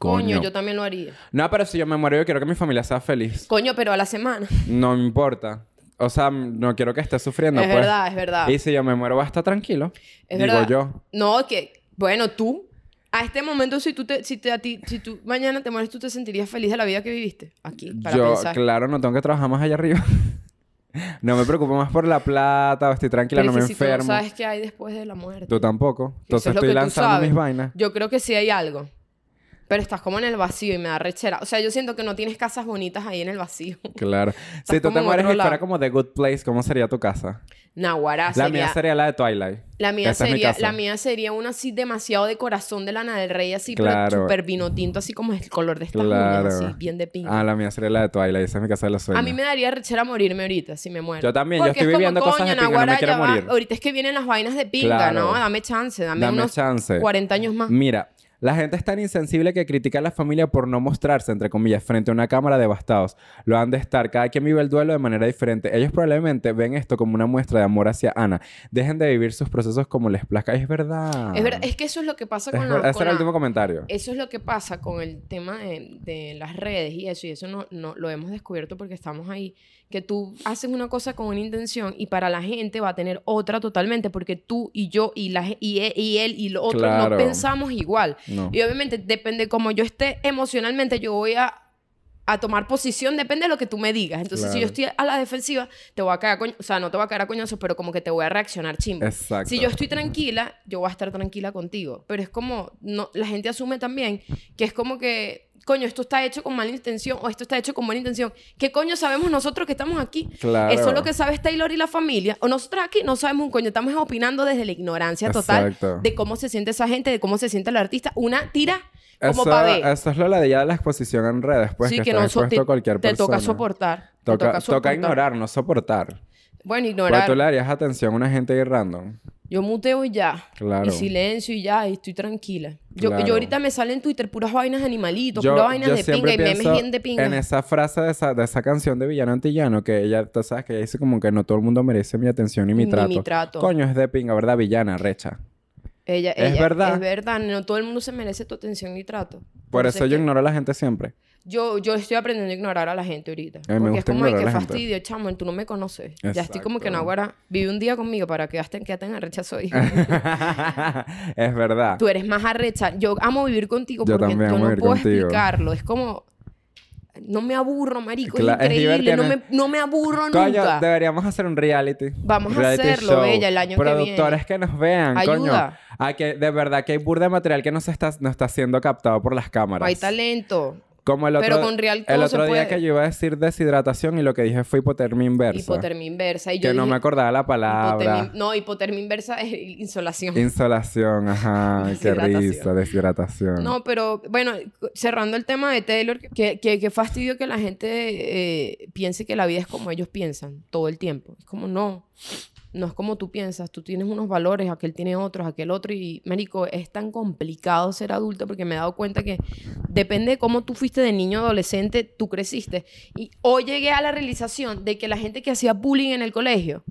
[SPEAKER 1] coño. yo también lo haría.
[SPEAKER 2] No, pero si yo me muero, yo quiero que mi familia sea feliz.
[SPEAKER 1] Coño, pero a la semana.
[SPEAKER 2] No me importa. O sea, m- no quiero que esté sufriendo,
[SPEAKER 1] es
[SPEAKER 2] pues.
[SPEAKER 1] verdad, es verdad.
[SPEAKER 2] Y si yo me muero, va a estar tranquilo.
[SPEAKER 1] es
[SPEAKER 2] digo
[SPEAKER 1] verdad.
[SPEAKER 2] yo.
[SPEAKER 1] No, que, bueno, tú. A este momento, si tú, te, si te- a ti, si tú mañana te mueres, tú te sentirías feliz de la vida que viviste. Aquí, para
[SPEAKER 2] Yo,
[SPEAKER 1] pensar.
[SPEAKER 2] claro, no tengo que trabajar más allá arriba. no me preocupo más por la plata, o estoy tranquila,
[SPEAKER 1] Pero
[SPEAKER 2] no
[SPEAKER 1] es
[SPEAKER 2] me
[SPEAKER 1] que si tú
[SPEAKER 2] enfermo.
[SPEAKER 1] no sabes qué hay después de la muerte.
[SPEAKER 2] Tú tampoco. Entonces
[SPEAKER 1] es lo
[SPEAKER 2] estoy
[SPEAKER 1] que tú
[SPEAKER 2] lanzando
[SPEAKER 1] sabes.
[SPEAKER 2] mis vainas.
[SPEAKER 1] Yo creo que sí hay algo. Pero estás como en el vacío y me da rechera. O sea, yo siento que no tienes casas bonitas ahí en el vacío.
[SPEAKER 2] Claro. si tú
[SPEAKER 1] como
[SPEAKER 2] te
[SPEAKER 1] en
[SPEAKER 2] mueres
[SPEAKER 1] otro
[SPEAKER 2] y fuera
[SPEAKER 1] lado.
[SPEAKER 2] como The Good Place, ¿cómo sería tu casa?
[SPEAKER 1] Naguará
[SPEAKER 2] la
[SPEAKER 1] sería...
[SPEAKER 2] mía sería la de Twilight.
[SPEAKER 1] La mía,
[SPEAKER 2] Esa es mi
[SPEAKER 1] sería,
[SPEAKER 2] casa.
[SPEAKER 1] la mía sería una así demasiado de corazón de Lana del Rey, así,
[SPEAKER 2] Claro.
[SPEAKER 1] pero súper vino tinto, así como es el color de estas
[SPEAKER 2] Claro.
[SPEAKER 1] uñas, así, bien de pinta.
[SPEAKER 2] Ah, la mía sería la de Twilight. Esa es mi casa de los sueños.
[SPEAKER 1] A mí me daría rechera morirme ahorita si me muero.
[SPEAKER 2] Yo también, yo estoy viviendo cosas de pinga, no me
[SPEAKER 1] naguará,
[SPEAKER 2] quiero
[SPEAKER 1] ya va,
[SPEAKER 2] morir".
[SPEAKER 1] Ahorita es que vienen las vainas de pinga,
[SPEAKER 2] Claro.
[SPEAKER 1] ¿no? Dame chance, dame,
[SPEAKER 2] Dame
[SPEAKER 1] unos
[SPEAKER 2] chance.
[SPEAKER 1] 40 años más.
[SPEAKER 2] Mira, la gente es tan insensible que critica a la familia por no mostrarse, entre comillas, frente a una cámara devastados. Lo han de estar. Cada quien vive el duelo de manera diferente. Ellos probablemente ven esto como una muestra de amor hacia Ana. Dejen de vivir sus procesos como les plazca. Es verdad.
[SPEAKER 1] Es, verdad, es que eso es lo que pasa
[SPEAKER 2] Es
[SPEAKER 1] con,
[SPEAKER 2] ver-
[SPEAKER 1] la,
[SPEAKER 2] Ese era
[SPEAKER 1] con
[SPEAKER 2] el
[SPEAKER 1] la- Eh,
[SPEAKER 2] último comentario.
[SPEAKER 1] Eso es lo que pasa con el tema de, de las redes y eso, y eso no, no lo hemos descubierto porque estamos ahí, que tú haces una cosa con una intención y para la gente va a tener otra totalmente porque tú y yo y, la, ge- y, e- y él y los otros
[SPEAKER 2] Claro.
[SPEAKER 1] no pensamos igual.
[SPEAKER 2] No.
[SPEAKER 1] Y obviamente depende cómo yo esté emocionalmente, yo voy a, a tomar posición, depende de lo que tú me digas. Entonces, si yo estoy a la defensiva, te voy a caer a coño, o sea, no te voy a caer a coñazos, pero como que te voy a reaccionar chimbo.
[SPEAKER 2] Exacto.
[SPEAKER 1] Si yo estoy tranquila, yo voy a estar tranquila contigo. Pero es como, no, la gente asume también que es como que, coño, esto está hecho con mala intención o esto está hecho con buena intención. ¿Qué coño sabemos nosotros que estamos aquí?
[SPEAKER 2] Claro.
[SPEAKER 1] Eso es lo que sabe Taylor y la familia. O nosotros aquí no sabemos un coño. Estamos opinando desde la ignorancia total
[SPEAKER 2] Exacto.
[SPEAKER 1] de cómo se siente esa gente, de cómo se siente el artista. Una tira como
[SPEAKER 2] Eso,
[SPEAKER 1] para ver.
[SPEAKER 2] eso es lo de ya de la exposición en redes, pues,
[SPEAKER 1] Sí,
[SPEAKER 2] que,
[SPEAKER 1] que
[SPEAKER 2] está
[SPEAKER 1] no so-
[SPEAKER 2] expuesto
[SPEAKER 1] te,
[SPEAKER 2] a cualquier
[SPEAKER 1] te
[SPEAKER 2] persona.
[SPEAKER 1] toca soportar. te
[SPEAKER 2] Toca,
[SPEAKER 1] toca soportar.
[SPEAKER 2] toca ignorar, no soportar.
[SPEAKER 1] Bueno,
[SPEAKER 2] Pero
[SPEAKER 1] ignorar.
[SPEAKER 2] tú le darías atención a una gente ahí random.
[SPEAKER 1] Yo muteo y ya.
[SPEAKER 2] Claro.
[SPEAKER 1] Y silencio y ya, y estoy tranquila. Yo,
[SPEAKER 2] Claro.
[SPEAKER 1] yo ahorita me salen en Twitter puras vainas de animalitos, puras vainas de pinga
[SPEAKER 2] siempre
[SPEAKER 1] y memes
[SPEAKER 2] pienso
[SPEAKER 1] bien de pinga.
[SPEAKER 2] En esa frase de esa, de esa canción de Villano Antillano, que ella, tú sabes que ella dice como que no todo el mundo merece mi atención y mi
[SPEAKER 1] Ni
[SPEAKER 2] trato.
[SPEAKER 1] mi trato.
[SPEAKER 2] Coño, es de pinga, ¿verdad? Villana, recha.
[SPEAKER 1] Ella,
[SPEAKER 2] Es
[SPEAKER 1] ella-
[SPEAKER 2] verdad.
[SPEAKER 1] Es verdad, no todo el mundo se merece tu atención ni trato.
[SPEAKER 2] Por
[SPEAKER 1] Entonces,
[SPEAKER 2] eso yo
[SPEAKER 1] ¿qué?
[SPEAKER 2] ignoro a la gente siempre.
[SPEAKER 1] Yo, yo estoy aprendiendo a ignorar a la gente ahorita.
[SPEAKER 2] A mí me
[SPEAKER 1] porque es
[SPEAKER 2] gusta
[SPEAKER 1] como, ay,
[SPEAKER 2] ignorar
[SPEAKER 1] qué
[SPEAKER 2] a la gente.
[SPEAKER 1] fastidio, chamo, tú no me conoces. Ya estoy como que, no,
[SPEAKER 2] Exacto.
[SPEAKER 1] ahora vive un día conmigo para que hasta que tan arrecha soy.
[SPEAKER 2] es verdad.
[SPEAKER 1] tú eres más arrecha. Yo amo vivir contigo
[SPEAKER 2] Yo
[SPEAKER 1] porque
[SPEAKER 2] también
[SPEAKER 1] yo
[SPEAKER 2] amo
[SPEAKER 1] no
[SPEAKER 2] vivir
[SPEAKER 1] puedo
[SPEAKER 2] contigo.
[SPEAKER 1] explicarlo. Es como... No me aburro, marico.
[SPEAKER 2] Cla- es
[SPEAKER 1] es increíble.
[SPEAKER 2] divertido,
[SPEAKER 1] no,
[SPEAKER 2] ¿no?
[SPEAKER 1] me, no me aburro
[SPEAKER 2] Coño,
[SPEAKER 1] nunca.
[SPEAKER 2] deberíamos hacer un reality.
[SPEAKER 1] Vamos a
[SPEAKER 2] Reality
[SPEAKER 1] hacerlo,
[SPEAKER 2] show.
[SPEAKER 1] Bella, el año que viene.
[SPEAKER 2] Productores que nos vean,
[SPEAKER 1] Ayuda.
[SPEAKER 2] coño. A que de verdad que hay burda de material que no, se está, no está siendo captado por las cámaras.
[SPEAKER 1] Hay talento.
[SPEAKER 2] Como el otro,
[SPEAKER 1] Pero con real
[SPEAKER 2] el
[SPEAKER 1] todo
[SPEAKER 2] otro
[SPEAKER 1] se
[SPEAKER 2] día
[SPEAKER 1] puede.
[SPEAKER 2] que yo iba a decir deshidratación y lo que dije fue hipotermia inversa.
[SPEAKER 1] Hipotermia inversa. Y
[SPEAKER 2] que
[SPEAKER 1] yo
[SPEAKER 2] no
[SPEAKER 1] dije,
[SPEAKER 2] me acordaba la
[SPEAKER 1] hipotermia-
[SPEAKER 2] palabra.
[SPEAKER 1] No, hipotermia inversa es insolación.
[SPEAKER 2] Insolación, ajá, qué
[SPEAKER 1] Deshidratación.
[SPEAKER 2] risa, deshidratación.
[SPEAKER 1] No, pero bueno, cerrando el tema de Taylor, que, que, que fastidio que la gente eh, piense que la vida es como ellos piensan todo el tiempo. Es como, no, no es como tú piensas. Tú tienes unos valores, aquel tiene otros, aquel otro. Y, marico, es tan complicado ser adulto porque me he dado cuenta que depende de cómo tú fuiste de niño, adolescente, tú creciste. Y hoy llegué a la realización de que la gente que hacía bullying en el colegio,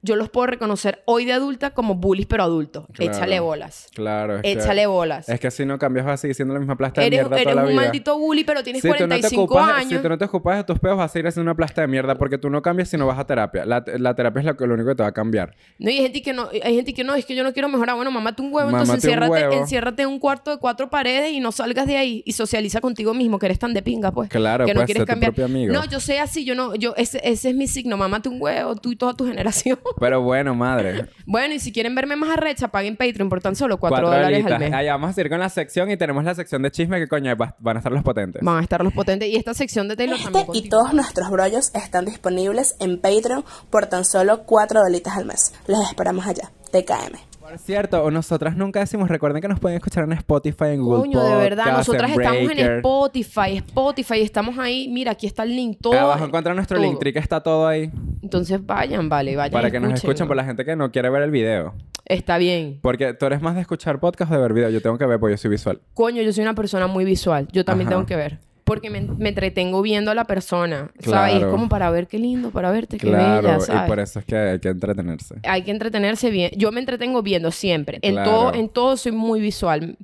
[SPEAKER 1] yo los puedo reconocer hoy de adulta como bullies, pero adultos.
[SPEAKER 2] Claro.
[SPEAKER 1] Échale bolas.
[SPEAKER 2] Claro, es
[SPEAKER 1] Échale
[SPEAKER 2] que,
[SPEAKER 1] bolas
[SPEAKER 2] Es que si no cambias vas a seguir siendo la misma plasta de
[SPEAKER 1] eres,
[SPEAKER 2] mierda
[SPEAKER 1] eres
[SPEAKER 2] toda la
[SPEAKER 1] un
[SPEAKER 2] vida.
[SPEAKER 1] maldito bully, pero tienes
[SPEAKER 2] si tú, no te
[SPEAKER 1] 45
[SPEAKER 2] ocupas,
[SPEAKER 1] años.
[SPEAKER 2] si tú no te ocupas de tus peos, vas a seguir haciendo una plasta de mierda porque tú no cambias si no vas a terapia. La, la terapia es lo, que, lo único que te va a cambiar.
[SPEAKER 1] No, y hay gente que no, hay gente que no, es que yo no quiero mejorar. Bueno, mamate un huevo,
[SPEAKER 2] Mámate un
[SPEAKER 1] entonces enciérrate,
[SPEAKER 2] huevo.
[SPEAKER 1] enciérrate en un cuarto de cuatro paredes y no salgas de ahí y socializa contigo mismo, que eres tan de pinga, pues.
[SPEAKER 2] Claro,
[SPEAKER 1] que no
[SPEAKER 2] pues,
[SPEAKER 1] quieres
[SPEAKER 2] sé tu
[SPEAKER 1] cambiar.
[SPEAKER 2] propio amigo.
[SPEAKER 1] No, yo soy así, yo no, yo, ese, ese es mi signo, mamate un huevo, tú y toda tu generación.
[SPEAKER 2] Pero bueno, madre.
[SPEAKER 1] bueno, y si quieren verme más arrecha, paguen Patreon por tan solo 4
[SPEAKER 2] Cuatro
[SPEAKER 1] dólares
[SPEAKER 2] horitas.
[SPEAKER 1] al mes.
[SPEAKER 2] Ahí vamos a seguir con la sección y tenemos la sección de chisme que coño va- van a estar los potentes.
[SPEAKER 1] Van a estar los potentes. Y esta sección de Taylor
[SPEAKER 4] Este
[SPEAKER 1] también.
[SPEAKER 4] y
[SPEAKER 1] continúa.
[SPEAKER 4] todos nuestros brollos están disponibles en Patreon por tan solo 4 dolitas al mes. Los esperamos allá. TKM.
[SPEAKER 2] Por cierto, o nosotras nunca decimos, recuerden que nos pueden escuchar en Spotify, en Google
[SPEAKER 1] Coño, de verdad,
[SPEAKER 2] Podcast,
[SPEAKER 1] nosotras estamos en
[SPEAKER 2] Breaker.
[SPEAKER 1] Spotify, Spotify, estamos ahí. Mira, aquí está el link todo.
[SPEAKER 2] Abajo encuentran nuestro
[SPEAKER 1] todo.
[SPEAKER 2] link, que está todo ahí.
[SPEAKER 1] Entonces vayan, vale, vayan.
[SPEAKER 2] Para que nos escuchen por
[SPEAKER 1] por
[SPEAKER 2] la gente que no quiere ver el video.
[SPEAKER 1] Está bien.
[SPEAKER 2] Porque tú eres más de escuchar podcast o de ver video. Yo tengo que ver porque yo soy visual.
[SPEAKER 1] Coño, yo soy una persona muy visual. Yo también
[SPEAKER 2] Ajá.
[SPEAKER 1] tengo que ver. Porque me, me entretengo viendo a la persona. ¿Sabes? Y es
[SPEAKER 2] Claro.
[SPEAKER 1] como para ver qué lindo, para verte, qué
[SPEAKER 2] claro,
[SPEAKER 1] bella, ¿sabes?
[SPEAKER 2] y por eso es que hay que entretenerse.
[SPEAKER 1] Hay que entretenerse bien. Yo me entretengo viendo siempre. En
[SPEAKER 2] Claro.
[SPEAKER 1] todo, en todo soy muy visual.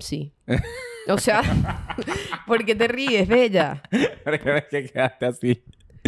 [SPEAKER 1] Sí. O sea, ¿por qué te ríes, bella?
[SPEAKER 2] Porque ves que quedaste así.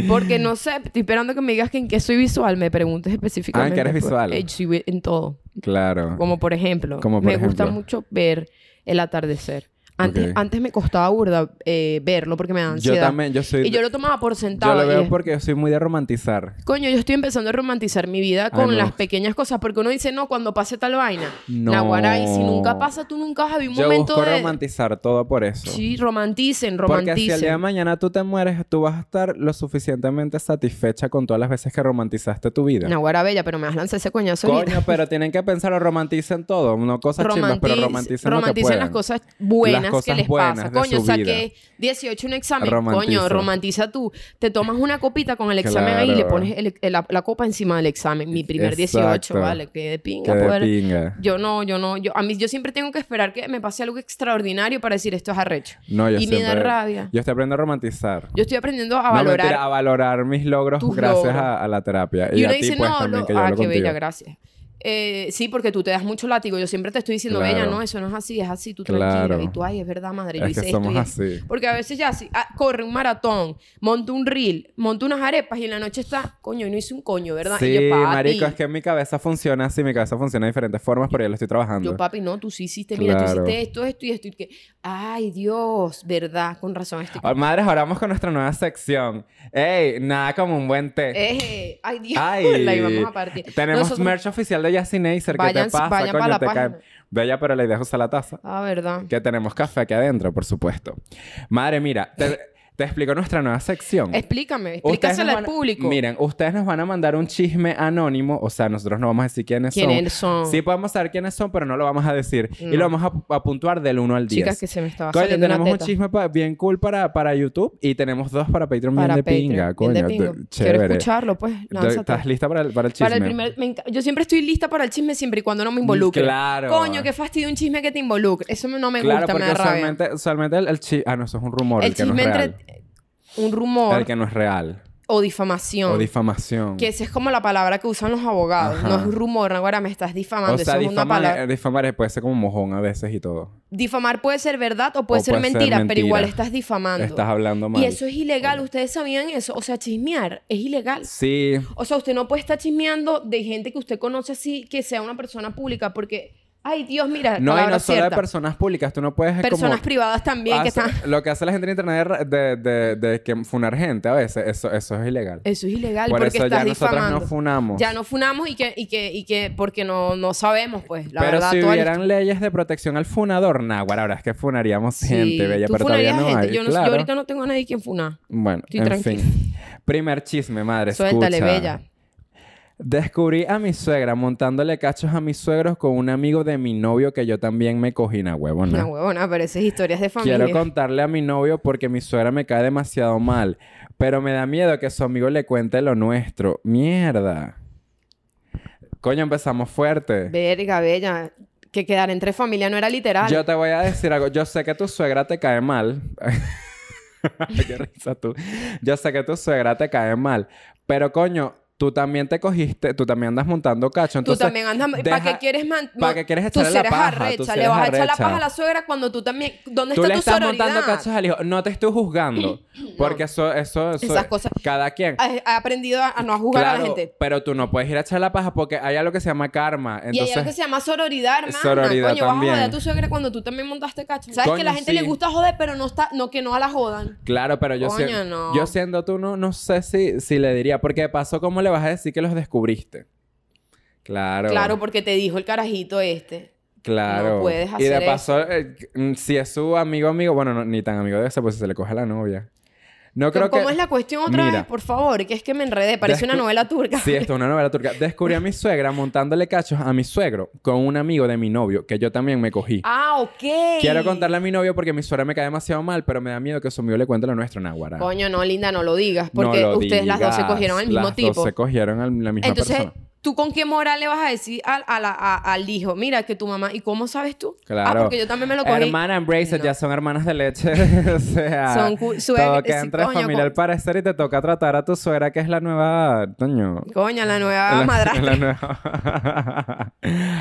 [SPEAKER 1] Porque no sé, estoy esperando que me digas que en qué soy visual, me preguntes específicamente.
[SPEAKER 2] Ah, eres
[SPEAKER 1] pues.
[SPEAKER 2] visual.
[SPEAKER 1] Eh, sí, vi- en todo.
[SPEAKER 2] Claro.
[SPEAKER 1] Como por ejemplo,
[SPEAKER 2] Como por
[SPEAKER 1] me
[SPEAKER 2] ejemplo.
[SPEAKER 1] gusta mucho ver el atardecer. Antes,
[SPEAKER 2] Ok.
[SPEAKER 1] antes me costaba burda eh, verlo porque me da ansiedad.
[SPEAKER 2] Yo también, yo soy...
[SPEAKER 1] Y yo lo tomaba por
[SPEAKER 2] yo
[SPEAKER 1] sentado.
[SPEAKER 2] lo
[SPEAKER 1] y
[SPEAKER 2] veo
[SPEAKER 1] es-
[SPEAKER 2] porque yo soy muy de romantizar.
[SPEAKER 1] Coño, yo estoy empezando a romantizar mi
[SPEAKER 2] Ay,
[SPEAKER 1] vida con
[SPEAKER 2] me
[SPEAKER 1] las
[SPEAKER 2] gusta.
[SPEAKER 1] pequeñas cosas. Porque uno dice, no, cuando pase tal vaina.
[SPEAKER 2] No.
[SPEAKER 1] Naguará, y si nunca pasa, tú nunca vas a vivir un
[SPEAKER 2] Yo
[SPEAKER 1] momento
[SPEAKER 2] busco
[SPEAKER 1] de...
[SPEAKER 2] romantizar todo por eso.
[SPEAKER 1] Sí, romanticen,
[SPEAKER 2] Porque si el día de
[SPEAKER 1] romanticen.
[SPEAKER 2] mañana tú te mueres, tú vas a estar lo suficientemente satisfecha con todas las veces que romantizaste tu vida.
[SPEAKER 1] Naguará bella, pero me vas a lanzar ese coñazo ahorita.
[SPEAKER 2] Coño, pero tienen que pensar o romanticen todo. No cosas chimbas, pero
[SPEAKER 1] Romantiz-
[SPEAKER 2] romanticen, lo que
[SPEAKER 1] romanticen las
[SPEAKER 2] puedan.
[SPEAKER 1] cosas buenas
[SPEAKER 2] Las cosas
[SPEAKER 1] que les
[SPEAKER 2] buenas
[SPEAKER 1] pasa.
[SPEAKER 2] de
[SPEAKER 1] Coño,
[SPEAKER 2] su
[SPEAKER 1] saqué 18 un examen.
[SPEAKER 2] Romantiza.
[SPEAKER 1] Coño, romantiza tú. Te tomas una copita con el examen ahí y
[SPEAKER 2] Claro.
[SPEAKER 1] le pones el- el- la, la copa encima del examen. Mi primer
[SPEAKER 2] Exacto.
[SPEAKER 1] 18, vale, que de
[SPEAKER 2] Que
[SPEAKER 1] pinga
[SPEAKER 2] de
[SPEAKER 1] poder.
[SPEAKER 2] pinga.
[SPEAKER 1] Yo no, yo no, yo a mí yo siempre tengo que esperar que me pase algo extraordinario para decir esto es arrecho.
[SPEAKER 2] No, yo
[SPEAKER 1] y me da
[SPEAKER 2] siempre-
[SPEAKER 1] rabia.
[SPEAKER 2] Yo estoy aprendiendo a romantizar.
[SPEAKER 1] Yo estoy aprendiendo a
[SPEAKER 2] No, mentira,
[SPEAKER 1] valorar
[SPEAKER 2] a valorar mis logros
[SPEAKER 1] tus
[SPEAKER 2] gracias
[SPEAKER 1] logros.
[SPEAKER 2] A, a la terapia. Y,
[SPEAKER 1] Y
[SPEAKER 2] a
[SPEAKER 1] uno
[SPEAKER 2] ti,
[SPEAKER 1] dice,
[SPEAKER 2] pues,
[SPEAKER 1] no,
[SPEAKER 2] también,
[SPEAKER 1] lo-
[SPEAKER 2] que yo
[SPEAKER 1] ah,
[SPEAKER 2] lo
[SPEAKER 1] qué
[SPEAKER 2] contigo.
[SPEAKER 1] bella, gracias. Eh, sí, porque tú te das mucho látigo. Yo siempre te estoy diciendo,
[SPEAKER 2] Claro.
[SPEAKER 1] bella, no, eso no es así, es así, tú
[SPEAKER 2] Claro.
[SPEAKER 1] tranquila. Y tú, ay, es verdad, madre, yo
[SPEAKER 2] Es
[SPEAKER 1] hice
[SPEAKER 2] que
[SPEAKER 1] esto
[SPEAKER 2] somos
[SPEAKER 1] y esto".
[SPEAKER 2] así.
[SPEAKER 1] Porque a veces ya, si ah, corre un maratón, monto un reel, monto unas arepas y en la noche está, coño, y no hice un coño, ¿verdad?
[SPEAKER 2] Sí,
[SPEAKER 1] y yo, papi,
[SPEAKER 2] marico, es que en mi cabeza funciona así. Mi cabeza funciona de diferentes formas, pero yo lo estoy trabajando.
[SPEAKER 1] Yo, papi, no, tú sí hiciste, mira,
[SPEAKER 2] Claro.
[SPEAKER 1] tú hiciste esto, esto y esto. Y que, ay, Dios, ¿verdad? Con razón este.
[SPEAKER 2] Oh, Madres, ahora vamos con nuestra nueva sección. ¡Ey! Nada como un buen té.
[SPEAKER 1] Eh, ay, Dios,
[SPEAKER 2] Ay,
[SPEAKER 1] la íbamos a partir.
[SPEAKER 2] Tenemos
[SPEAKER 1] Nosotros-
[SPEAKER 2] merch oficial de Yasin Acer. ¿Qué te
[SPEAKER 1] Vayan-
[SPEAKER 2] pasa?
[SPEAKER 1] vayan
[SPEAKER 2] coño?
[SPEAKER 1] pa' la
[SPEAKER 2] Te caen-
[SPEAKER 1] página.
[SPEAKER 2] Bella, pero la idea es usar la taza.
[SPEAKER 1] Ah, verdad.
[SPEAKER 2] Que tenemos café aquí adentro, por supuesto. Madre, mira, te, te explico nuestra nueva sección.
[SPEAKER 1] Explícame,
[SPEAKER 2] Ustedes nos
[SPEAKER 1] explícasela al
[SPEAKER 2] van a-
[SPEAKER 1] público.
[SPEAKER 2] Miren, ustedes nos van a mandar un chisme anónimo. O sea, nosotros no vamos a decir quiénes,
[SPEAKER 1] ¿Quiénes
[SPEAKER 2] son.
[SPEAKER 1] son?
[SPEAKER 2] Sí podemos saber quiénes son, pero no lo vamos a decir. Y lo vamos a, a puntuar del 1 al 10.
[SPEAKER 1] Chicas, que se me estaba
[SPEAKER 2] Coño,
[SPEAKER 1] saliendo una
[SPEAKER 2] tenemos un
[SPEAKER 1] teta.
[SPEAKER 2] chisme pa- bien cool para, para YouTube y tenemos dos para Patreon
[SPEAKER 1] para
[SPEAKER 2] bien de
[SPEAKER 1] Patreon.
[SPEAKER 2] pinga,
[SPEAKER 1] Bien
[SPEAKER 2] coño.
[SPEAKER 1] de
[SPEAKER 2] de-
[SPEAKER 1] pinga. Quiero
[SPEAKER 2] chévere.
[SPEAKER 1] escucharlo, pues. lánzate.
[SPEAKER 2] ¿Estás lista para el, para el chisme? Mm,
[SPEAKER 1] Para el primer, me enca- yo siempre estoy lista para el chisme siempre y cuando no me involucre.
[SPEAKER 2] Claro.
[SPEAKER 1] Coño, qué fastidio un chisme que te involucre. Eso me- no me
[SPEAKER 2] Claro,
[SPEAKER 1] gusta, me
[SPEAKER 2] porque
[SPEAKER 1] da rabia.
[SPEAKER 2] usualmente, usualmente el, chisme... Ah, no, eso es un rumor, el,
[SPEAKER 1] el
[SPEAKER 2] que no
[SPEAKER 1] chisme
[SPEAKER 2] es real.
[SPEAKER 1] entre un rumor
[SPEAKER 2] El que no es real.
[SPEAKER 1] o difamación.
[SPEAKER 2] O difamación.
[SPEAKER 1] que esa es como la palabra que usan los abogados.
[SPEAKER 2] Ajá.
[SPEAKER 1] No es rumor, ahora me estás difamando.
[SPEAKER 2] o sea,
[SPEAKER 1] Eso es una palabra.
[SPEAKER 2] difamar, eh, difamar puede ser como mojón a veces y todo.
[SPEAKER 1] Difamar puede ser verdad o puede,
[SPEAKER 2] O
[SPEAKER 1] ser,
[SPEAKER 2] puede ser
[SPEAKER 1] mentira, pero
[SPEAKER 2] mentira.
[SPEAKER 1] igual estás difamando.
[SPEAKER 2] Estás hablando mal.
[SPEAKER 1] y eso es ilegal. ¿Ustedes sabían eso? O sea, chismear es ilegal.
[SPEAKER 2] Sí.
[SPEAKER 1] O sea, usted no puede estar chismeando de gente que usted conoce así, que sea una persona pública, porque, ay Dios, mira,
[SPEAKER 2] No, y
[SPEAKER 1] palabra
[SPEAKER 2] no solo de
[SPEAKER 1] cierta.
[SPEAKER 2] personas públicas. Tú no puedes... es como-
[SPEAKER 1] personas privadas también que
[SPEAKER 2] hace-
[SPEAKER 1] están...
[SPEAKER 2] Lo que hace la gente en internet de, de, de, de que funar gente a veces, eso, eso es ilegal.
[SPEAKER 1] Eso es ilegal
[SPEAKER 2] Por
[SPEAKER 1] porque
[SPEAKER 2] eso
[SPEAKER 1] estás
[SPEAKER 2] ya nosotras
[SPEAKER 1] difamando.
[SPEAKER 2] no funamos.
[SPEAKER 1] Ya no funamos y que, y que, y que porque no, no sabemos, pues, la
[SPEAKER 2] pero
[SPEAKER 1] verdad.
[SPEAKER 2] si
[SPEAKER 1] toda la
[SPEAKER 2] hubieran leyes de protección al funador, nah, guarda, ahora es que funaríamos
[SPEAKER 1] historia-
[SPEAKER 2] gente,
[SPEAKER 1] Sí,
[SPEAKER 2] bella,
[SPEAKER 1] tú
[SPEAKER 2] pero todavía
[SPEAKER 1] funarías
[SPEAKER 2] no
[SPEAKER 1] gente.
[SPEAKER 2] hay.
[SPEAKER 1] Yo, no- yo
[SPEAKER 2] claro.
[SPEAKER 1] ahorita no tengo a nadie quien funar.
[SPEAKER 2] Bueno,
[SPEAKER 1] Estoy
[SPEAKER 2] en
[SPEAKER 1] tranquila.
[SPEAKER 2] fin. Primer chisme, madre,
[SPEAKER 1] Suéltale,
[SPEAKER 2] escucha.
[SPEAKER 1] bella.
[SPEAKER 2] Descubrí a mi suegra montándole cachos a mis suegros con un amigo de mi novio que yo también me cogí, na huevo,
[SPEAKER 1] Una
[SPEAKER 2] nah.
[SPEAKER 1] huevona, pero esas historias de familia.
[SPEAKER 2] Quiero contarle a mi novio porque mi suegra me cae demasiado mal, pero me da miedo que su amigo le cuente lo nuestro. Mierda. Coño, empezamos fuerte.
[SPEAKER 1] Verga, bella. Que quedar entre familia no era literal.
[SPEAKER 2] Yo te voy a decir algo. Yo sé que tu suegra te cae mal. Qué risa tú. Yo sé que tu suegra te cae mal. Pero coño, tú también te cogiste, tú también andas montando cacho.
[SPEAKER 1] Tú
[SPEAKER 2] Entonces,
[SPEAKER 1] también andas... ¿Para qué quieres... Man...
[SPEAKER 2] ¿Para qué quieres
[SPEAKER 1] Tú
[SPEAKER 2] echarle
[SPEAKER 1] sí
[SPEAKER 2] la
[SPEAKER 1] eres
[SPEAKER 2] paja?
[SPEAKER 1] arrecha.
[SPEAKER 2] Tú sí
[SPEAKER 1] le
[SPEAKER 2] eres
[SPEAKER 1] vas a echar la
[SPEAKER 2] arrecha.
[SPEAKER 1] paja a la suegra cuando tú también... ¿Dónde
[SPEAKER 2] Tú
[SPEAKER 1] está
[SPEAKER 2] le
[SPEAKER 1] tu
[SPEAKER 2] estás
[SPEAKER 1] sororidad?
[SPEAKER 2] montando cachos al hijo. No te estoy juzgando. Porque eso, eso, eso.
[SPEAKER 1] Esas cosas-
[SPEAKER 2] Cada quien.
[SPEAKER 1] He he aprendido a, a no juzgar a la
[SPEAKER 2] Claro,
[SPEAKER 1] gente.
[SPEAKER 2] Pero tú no puedes ir a echar la paja porque hay algo que se llama karma. Entonces,
[SPEAKER 1] y hay algo que se llama sororidad, hermana.
[SPEAKER 2] Sororidad
[SPEAKER 1] Coño,
[SPEAKER 2] también.
[SPEAKER 1] vas a joder a tu suegra cuando tú también montaste cacho. Sabes
[SPEAKER 2] Coño,
[SPEAKER 1] que la gente
[SPEAKER 2] sí.
[SPEAKER 1] le gusta joder, pero no está, no que no la jodan.
[SPEAKER 2] Claro, pero yo,
[SPEAKER 1] Coño,
[SPEAKER 2] sien-
[SPEAKER 1] no.
[SPEAKER 2] yo siendo tú no, no sé si, si le diría. Porque de paso, ¿cómo le vas a decir que los descubriste? Claro.
[SPEAKER 1] Claro, porque te dijo el carajito este.
[SPEAKER 2] Claro.
[SPEAKER 1] no puedes
[SPEAKER 2] Y de
[SPEAKER 1] hacer
[SPEAKER 2] paso, eh, mm, si es su amigo, amigo, bueno, no- ni tan amigo de ese, pues se le coge a la novia. No creo que.
[SPEAKER 1] ¿Cómo es la cuestión otra
[SPEAKER 2] Mira.
[SPEAKER 1] vez? Por favor, que es que me enredé. Parece una
[SPEAKER 2] Descu-
[SPEAKER 1] novela turca.
[SPEAKER 2] Sí, esto es una novela turca. Descubrí a mi suegra montándole cachos a mi suegro con un amigo de mi novio, que yo también me cogí.
[SPEAKER 1] Ah, ok.
[SPEAKER 2] Quiero contarle a mi novio porque mi suegra me cae demasiado mal, pero me da miedo que su amigo le cuente lo nuestro, Naguará.
[SPEAKER 1] Coño, no, linda, no lo digas.
[SPEAKER 2] No
[SPEAKER 1] Porque
[SPEAKER 2] lo
[SPEAKER 1] ustedes las dos se
[SPEAKER 2] digas.
[SPEAKER 1] cogieron al mismo
[SPEAKER 2] Las
[SPEAKER 1] tipo.
[SPEAKER 2] dos se cogieron a la misma
[SPEAKER 1] Entonces,
[SPEAKER 2] persona.
[SPEAKER 1] ¿tú con qué moral le vas a decir al, a la- a- al hijo? Mira, que tu mamá... ¿Y cómo sabes tú?
[SPEAKER 2] Claro.
[SPEAKER 1] Ah, porque yo también me lo cogí.
[SPEAKER 2] Hermana, embrace,
[SPEAKER 1] No.
[SPEAKER 2] ya son hermanas de leche. o sea,
[SPEAKER 1] Son cu- suegra-
[SPEAKER 2] todo que
[SPEAKER 1] sí,
[SPEAKER 2] entre
[SPEAKER 1] coño,
[SPEAKER 2] familia
[SPEAKER 1] con-
[SPEAKER 2] al parecer y te toca tratar a tu suegra, que es la nueva. Toño.
[SPEAKER 1] Coño, la nueva
[SPEAKER 2] la,
[SPEAKER 1] Ah, madrastra.
[SPEAKER 2] la nueva-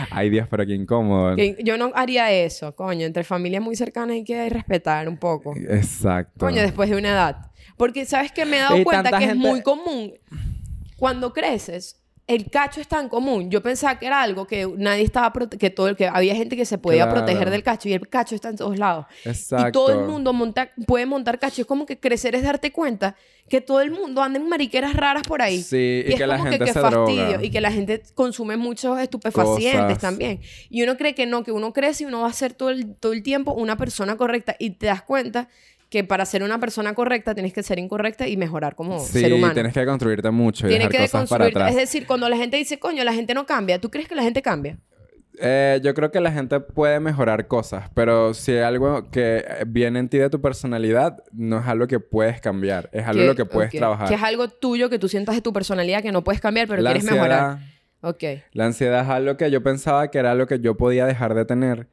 [SPEAKER 2] Ay, Dios, pero qué incómodo.
[SPEAKER 1] Que yo no haría eso, coño. Entre familias muy cercanas hay que respetar un poco.
[SPEAKER 2] Exacto.
[SPEAKER 1] Coño, después de una edad. Porque sabes que me he dado
[SPEAKER 2] Y
[SPEAKER 1] cuenta
[SPEAKER 2] tanta
[SPEAKER 1] que es
[SPEAKER 2] gente-
[SPEAKER 1] muy común. Cuando creces, el cacho es tan común. Yo pensaba que era algo que nadie estaba prote- que todo el que había gente que se podía
[SPEAKER 2] Claro.
[SPEAKER 1] proteger del cacho y el cacho está en todos lados.
[SPEAKER 2] Exacto.
[SPEAKER 1] Y todo el mundo monta- puede montar cacho. Es como que crecer es darte cuenta que todo el mundo anda en mariqueras raras por ahí.
[SPEAKER 2] Sí, y
[SPEAKER 1] es
[SPEAKER 2] que la
[SPEAKER 1] como
[SPEAKER 2] gente
[SPEAKER 1] qué
[SPEAKER 2] se droga.
[SPEAKER 1] Y que la gente consume muchos estupefacientes
[SPEAKER 2] Cosas.
[SPEAKER 1] también. Y uno cree que no, que uno crece y uno va a ser todo el, todo el tiempo una persona correcta. Y te das cuenta que para ser una persona correcta tienes que ser incorrecta y mejorar como
[SPEAKER 2] Sí,
[SPEAKER 1] ser humano.
[SPEAKER 2] tienes que construirte mucho y
[SPEAKER 1] Tienes
[SPEAKER 2] dejar
[SPEAKER 1] que
[SPEAKER 2] cosas para
[SPEAKER 1] deconstruir.
[SPEAKER 2] atrás.
[SPEAKER 1] Es decir, cuando la gente dice, coño, la gente no cambia, ¿tú crees que la gente cambia?
[SPEAKER 2] Eh, yo creo que la gente puede mejorar cosas, pero si hay algo que eh, viene en ti de tu personalidad, no es algo que puedes cambiar, es algo en lo que puedes
[SPEAKER 1] ok.
[SPEAKER 2] trabajar.
[SPEAKER 1] Que es algo tuyo que tú sientas de tu personalidad que no puedes cambiar, pero
[SPEAKER 2] la
[SPEAKER 1] quieres
[SPEAKER 2] ansiedad,
[SPEAKER 1] mejorar. Ok.
[SPEAKER 2] La ansiedad es algo que yo pensaba que era algo que yo podía dejar de tener,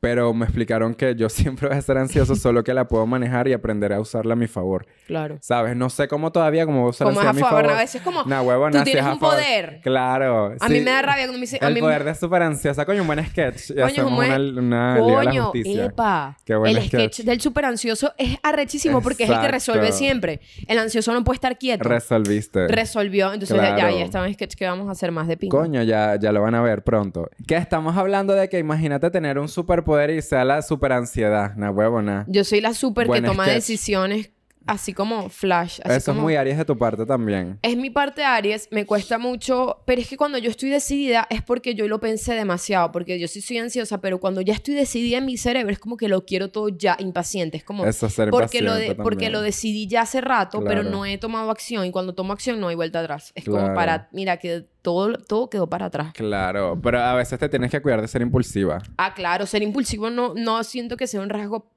[SPEAKER 2] pero me explicaron que yo siempre voy a ser ansioso, solo que la puedo manejar y aprender a usarla a mi favor.
[SPEAKER 1] Claro.
[SPEAKER 2] ¿Sabes? No sé cómo todavía, cómo voy a usar
[SPEAKER 1] Como es
[SPEAKER 2] ansiedad
[SPEAKER 1] a
[SPEAKER 2] a mi
[SPEAKER 1] favor,
[SPEAKER 2] favor.
[SPEAKER 1] a veces como,
[SPEAKER 2] Nah, huevona,
[SPEAKER 1] tú
[SPEAKER 2] si
[SPEAKER 1] tienes
[SPEAKER 2] es a
[SPEAKER 1] un
[SPEAKER 2] favor.
[SPEAKER 1] poder.
[SPEAKER 2] Claro.
[SPEAKER 1] A
[SPEAKER 2] sí.
[SPEAKER 1] mí me da rabia cuando me dicen, a
[SPEAKER 2] El
[SPEAKER 1] mí
[SPEAKER 2] poder de súper ansiosa. Coño, un buen sketch. Y
[SPEAKER 1] Coño,
[SPEAKER 2] hacemos
[SPEAKER 1] un
[SPEAKER 2] una,
[SPEAKER 1] buen-
[SPEAKER 2] una Liga de la
[SPEAKER 1] Coño,
[SPEAKER 2] Justicia.
[SPEAKER 1] epa.
[SPEAKER 2] Qué buen
[SPEAKER 1] el sketch
[SPEAKER 2] sketch.
[SPEAKER 1] del super ansioso es arrechísimo porque es el que resuelve
[SPEAKER 2] Exacto.
[SPEAKER 1] siempre. El ansioso no puede estar quieto.
[SPEAKER 2] Resolviste.
[SPEAKER 1] Resolvió. Entonces ya,
[SPEAKER 2] Claro.
[SPEAKER 1] ya está un sketch que vamos a hacer más de pinga.
[SPEAKER 2] Coño, ya, ya lo van a ver pronto. Que estamos hablando de que imagínate tener un superpoder y sea la super ansiedad. Una huevona.
[SPEAKER 1] Yo soy la super que
[SPEAKER 2] Buen
[SPEAKER 1] toma
[SPEAKER 2] sketch.
[SPEAKER 1] decisiones así como flash. Así
[SPEAKER 2] Eso
[SPEAKER 1] como...
[SPEAKER 2] es muy Aries de tu parte también.
[SPEAKER 1] Es mi parte Aries, me cuesta mucho, pero es que cuando yo estoy decidida es porque yo lo pensé demasiado, porque yo sí soy ansiosa, pero cuando ya estoy decidida en mi cerebro es como que lo quiero todo ya, impaciente, es como
[SPEAKER 2] Eso es ser
[SPEAKER 1] porque lo de-
[SPEAKER 2] impaciente
[SPEAKER 1] porque
[SPEAKER 2] también.
[SPEAKER 1] lo decidí ya hace rato, pero
[SPEAKER 2] Claro.
[SPEAKER 1] no he tomado acción y cuando tomo acción no hay vuelta atrás. Es como
[SPEAKER 2] Claro.
[SPEAKER 1] para, mira que todo todo quedó para atrás.
[SPEAKER 2] Claro, pero a veces te tienes que cuidar de ser impulsiva.
[SPEAKER 1] Ah, claro, ser impulsivo no no siento que sea un rasgo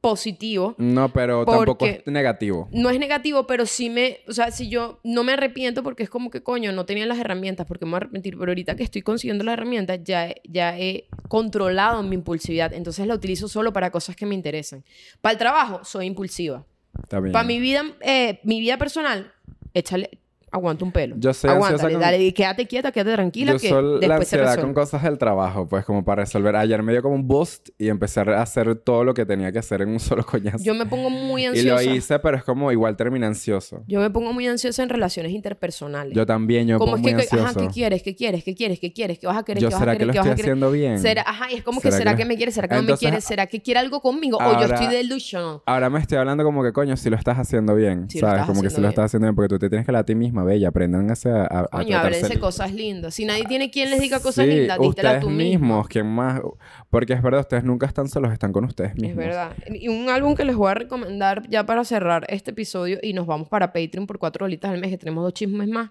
[SPEAKER 1] positivo.
[SPEAKER 2] No, pero tampoco
[SPEAKER 1] Porque-
[SPEAKER 2] es negativo.
[SPEAKER 1] no es negativo, pero sí me, o sea, si yo no me arrepiento porque es como que coño, no tenía las herramientas, porque me voy a arrepentir, pero ahorita que estoy consiguiendo las herramientas ya he, ya he controlado mi impulsividad, entonces la utilizo solo para cosas que me interesan. Para el trabajo soy impulsiva.
[SPEAKER 2] Está bien.
[SPEAKER 1] Para mi vida eh, mi vida personal, échale aguanta un pelo.
[SPEAKER 2] Yo soy
[SPEAKER 1] Aguántale,
[SPEAKER 2] ansiosa con-
[SPEAKER 1] dale, y quédate quieta, quédate tranquila
[SPEAKER 2] Yo
[SPEAKER 1] que
[SPEAKER 2] soy la
[SPEAKER 1] después se
[SPEAKER 2] ansiedad
[SPEAKER 1] resuelve.
[SPEAKER 2] con cosas del trabajo, pues como para resolver. Ayer me dio como un boost y empecé a hacer todo lo que tenía que hacer en un solo coñazo.
[SPEAKER 1] Yo me pongo muy
[SPEAKER 2] y lo
[SPEAKER 1] ansiosa.
[SPEAKER 2] hice, pero es como igual terminé ansioso.
[SPEAKER 1] Yo me pongo muy ansiosa en relaciones interpersonales.
[SPEAKER 2] Yo también, yo me
[SPEAKER 1] como
[SPEAKER 2] pongo
[SPEAKER 1] es
[SPEAKER 2] muy
[SPEAKER 1] que, que- ajá,
[SPEAKER 2] ansioso.
[SPEAKER 1] ¿qué quieres? ¿Qué quieres? ¿Qué quieres? ¿Qué quieres? ¿Qué vas a querer?
[SPEAKER 2] yo
[SPEAKER 1] ¿Qué vas
[SPEAKER 2] será
[SPEAKER 1] a
[SPEAKER 2] que
[SPEAKER 1] querer?
[SPEAKER 2] lo
[SPEAKER 1] ¿Qué vas
[SPEAKER 2] estoy
[SPEAKER 1] a querer?
[SPEAKER 2] haciendo bien.
[SPEAKER 1] Será, ajá, y es como que
[SPEAKER 2] ¿Será
[SPEAKER 1] será
[SPEAKER 2] que-
[SPEAKER 1] que, me quiere, será que no me
[SPEAKER 2] Entonces,
[SPEAKER 1] quiere, será que quiere algo conmigo o yo
[SPEAKER 2] ahora-
[SPEAKER 1] estoy delusional.
[SPEAKER 2] Ahora me estoy hablando como que, coño, si lo estás haciendo bien.
[SPEAKER 1] Sí, lo
[SPEAKER 2] ¿Sabes?
[SPEAKER 1] estás
[SPEAKER 2] Como que
[SPEAKER 1] haciendo
[SPEAKER 2] si lo
[SPEAKER 1] bien.
[SPEAKER 2] estás haciendo bien, porque tú te tienes que hablar a ti misma, bella. Aprendanse a, a, a
[SPEAKER 1] Coño,
[SPEAKER 2] tratarse
[SPEAKER 1] háblense
[SPEAKER 2] li-
[SPEAKER 1] cosas lindas. Si nadie tiene quien les diga cosas
[SPEAKER 2] Ah, Sí,
[SPEAKER 1] lindas, dítelas
[SPEAKER 2] ustedes
[SPEAKER 1] tú mismo.
[SPEAKER 2] mismos, ¿quién más? Porque es verdad, ustedes nunca están solos, están con ustedes mismos.
[SPEAKER 1] Es verdad. Y un álbum que les voy a recomendar ya para cerrar este episodio y nos vamos para Patreon por cuatro horitas al mes, que tenemos dos chismes más.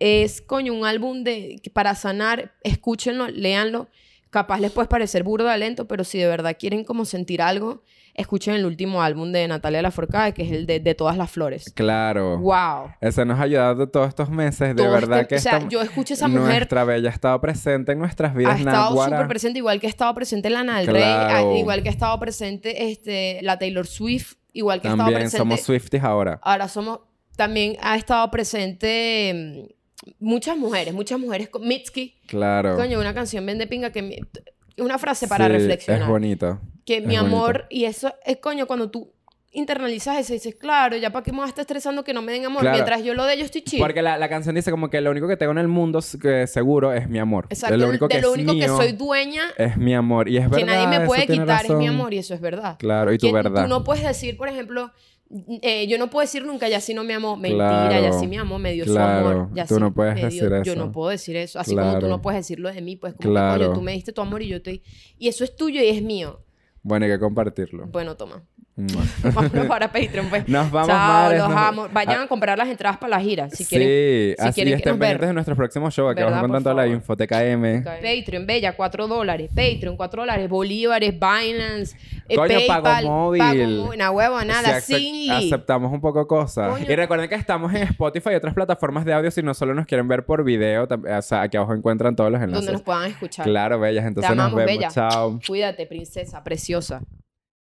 [SPEAKER 1] Es, coño, un álbum de, que para sanar. Escúchenlo, léanlo. Capaz les puede parecer burdo de lento, pero si de verdad quieren como sentir algo, escuchen el último álbum de Natalia Lafourcade, que es el de, de Todas las Flores.
[SPEAKER 2] Claro.
[SPEAKER 1] ¡Wow!
[SPEAKER 2] Eso nos ha ayudado todos estos meses. De
[SPEAKER 1] Todo
[SPEAKER 2] verdad que
[SPEAKER 1] este- o sea,
[SPEAKER 2] esta-
[SPEAKER 1] yo escucho a esa mujer
[SPEAKER 2] Nuestra bella ha estado presente en nuestras vidas.
[SPEAKER 1] ha estado
[SPEAKER 2] Náguara.
[SPEAKER 1] súper presente, igual que ha estado presente Lana del
[SPEAKER 2] Claro.
[SPEAKER 1] Rey, a- igual que ha estado presente este, la Taylor Swift, igual que ha estado
[SPEAKER 2] También
[SPEAKER 1] presente... Ah,
[SPEAKER 2] somos Swifties ahora.
[SPEAKER 1] Ahora somos... También ha estado presente mm, muchas mujeres, muchas mujeres. con- Mitski,
[SPEAKER 2] Claro.
[SPEAKER 1] coño, una canción bien de pinga que... me- Una frase para
[SPEAKER 2] Sí, Es
[SPEAKER 1] reflexionar.
[SPEAKER 2] bonito.
[SPEAKER 1] Que mi
[SPEAKER 2] es bonito.
[SPEAKER 1] amor... Y eso es, coño, cuando tú internalizas eso y dices, claro, ya para qué me voy a estar estresando que no me den amor.
[SPEAKER 2] Claro.
[SPEAKER 1] Mientras yo lo de yo estoy chill.
[SPEAKER 2] Porque la, la canción dice como que lo único que tengo en el mundo s- que seguro es mi amor.
[SPEAKER 1] Exacto.
[SPEAKER 2] De lo único que, es mío
[SPEAKER 1] soy dueña
[SPEAKER 2] es mi amor. Y es
[SPEAKER 1] que
[SPEAKER 2] verdad.
[SPEAKER 1] nadie me
[SPEAKER 2] eso
[SPEAKER 1] puede
[SPEAKER 2] tiene
[SPEAKER 1] quitar es mi
[SPEAKER 2] razón.
[SPEAKER 1] amor y eso es verdad.
[SPEAKER 2] Claro, y tu
[SPEAKER 1] Que
[SPEAKER 2] verdad.
[SPEAKER 1] Tú no puedes decir, por ejemplo, eh, yo no puedo decir nunca, ya sí no me amó. Mentira,
[SPEAKER 2] Claro,
[SPEAKER 1] ya sí me amó, me dio
[SPEAKER 2] claro.
[SPEAKER 1] su amor. ya
[SPEAKER 2] Tú
[SPEAKER 1] sí
[SPEAKER 2] no puedes
[SPEAKER 1] me dio-
[SPEAKER 2] decir
[SPEAKER 1] Yo
[SPEAKER 2] eso.
[SPEAKER 1] no puedo decir eso. Así como tú
[SPEAKER 2] Claro.
[SPEAKER 1] no puedes decirlo de mí, pues como, que,
[SPEAKER 2] Claro.
[SPEAKER 1] coño, tú me diste tu amor y yo te... Y eso es tuyo y es mío.
[SPEAKER 2] Bueno, hay que compartirlo. Mm.
[SPEAKER 1] Bueno, toma.
[SPEAKER 2] Mua.
[SPEAKER 1] Vámonos para Patreon, pues.
[SPEAKER 2] Nos vamos,
[SPEAKER 1] Chao,
[SPEAKER 2] madres,
[SPEAKER 1] los
[SPEAKER 2] nos-
[SPEAKER 1] amo. Vayan
[SPEAKER 2] Ah.
[SPEAKER 1] a comprar las entradas para la gira,
[SPEAKER 2] sí,
[SPEAKER 1] si quieren. Si
[SPEAKER 2] así este
[SPEAKER 1] quieren que
[SPEAKER 2] estén
[SPEAKER 1] nos ver.
[SPEAKER 2] pendientes de nuestros próximos shows. Que
[SPEAKER 1] ¿Verdad?
[SPEAKER 2] vamos
[SPEAKER 1] Por
[SPEAKER 2] contando la
[SPEAKER 1] favor.
[SPEAKER 2] Infoteca M.
[SPEAKER 1] Patreon, bella, 4 dólares. Patreon, 4 dólares. Bolívares, Binance, eh,
[SPEAKER 2] Coño,
[SPEAKER 1] PayPal.
[SPEAKER 2] Pago Móvil.
[SPEAKER 1] Una huevo, nada.
[SPEAKER 2] Sí, acep-
[SPEAKER 1] Sinly.
[SPEAKER 2] Aceptamos un poco cosas.
[SPEAKER 1] Coño.
[SPEAKER 2] Y recuerden que estamos en Spotify y otras plataformas de audio si no solo nos quieren ver por video. tam- O sea, aquí abajo encuentran todos los enlaces.
[SPEAKER 1] Donde nos puedan escuchar.
[SPEAKER 2] Claro, bellas. Entonces
[SPEAKER 1] Te amamos,
[SPEAKER 2] nos vemos.
[SPEAKER 1] bella.
[SPEAKER 2] Chao.
[SPEAKER 1] Cuídate, princesa, preciosa.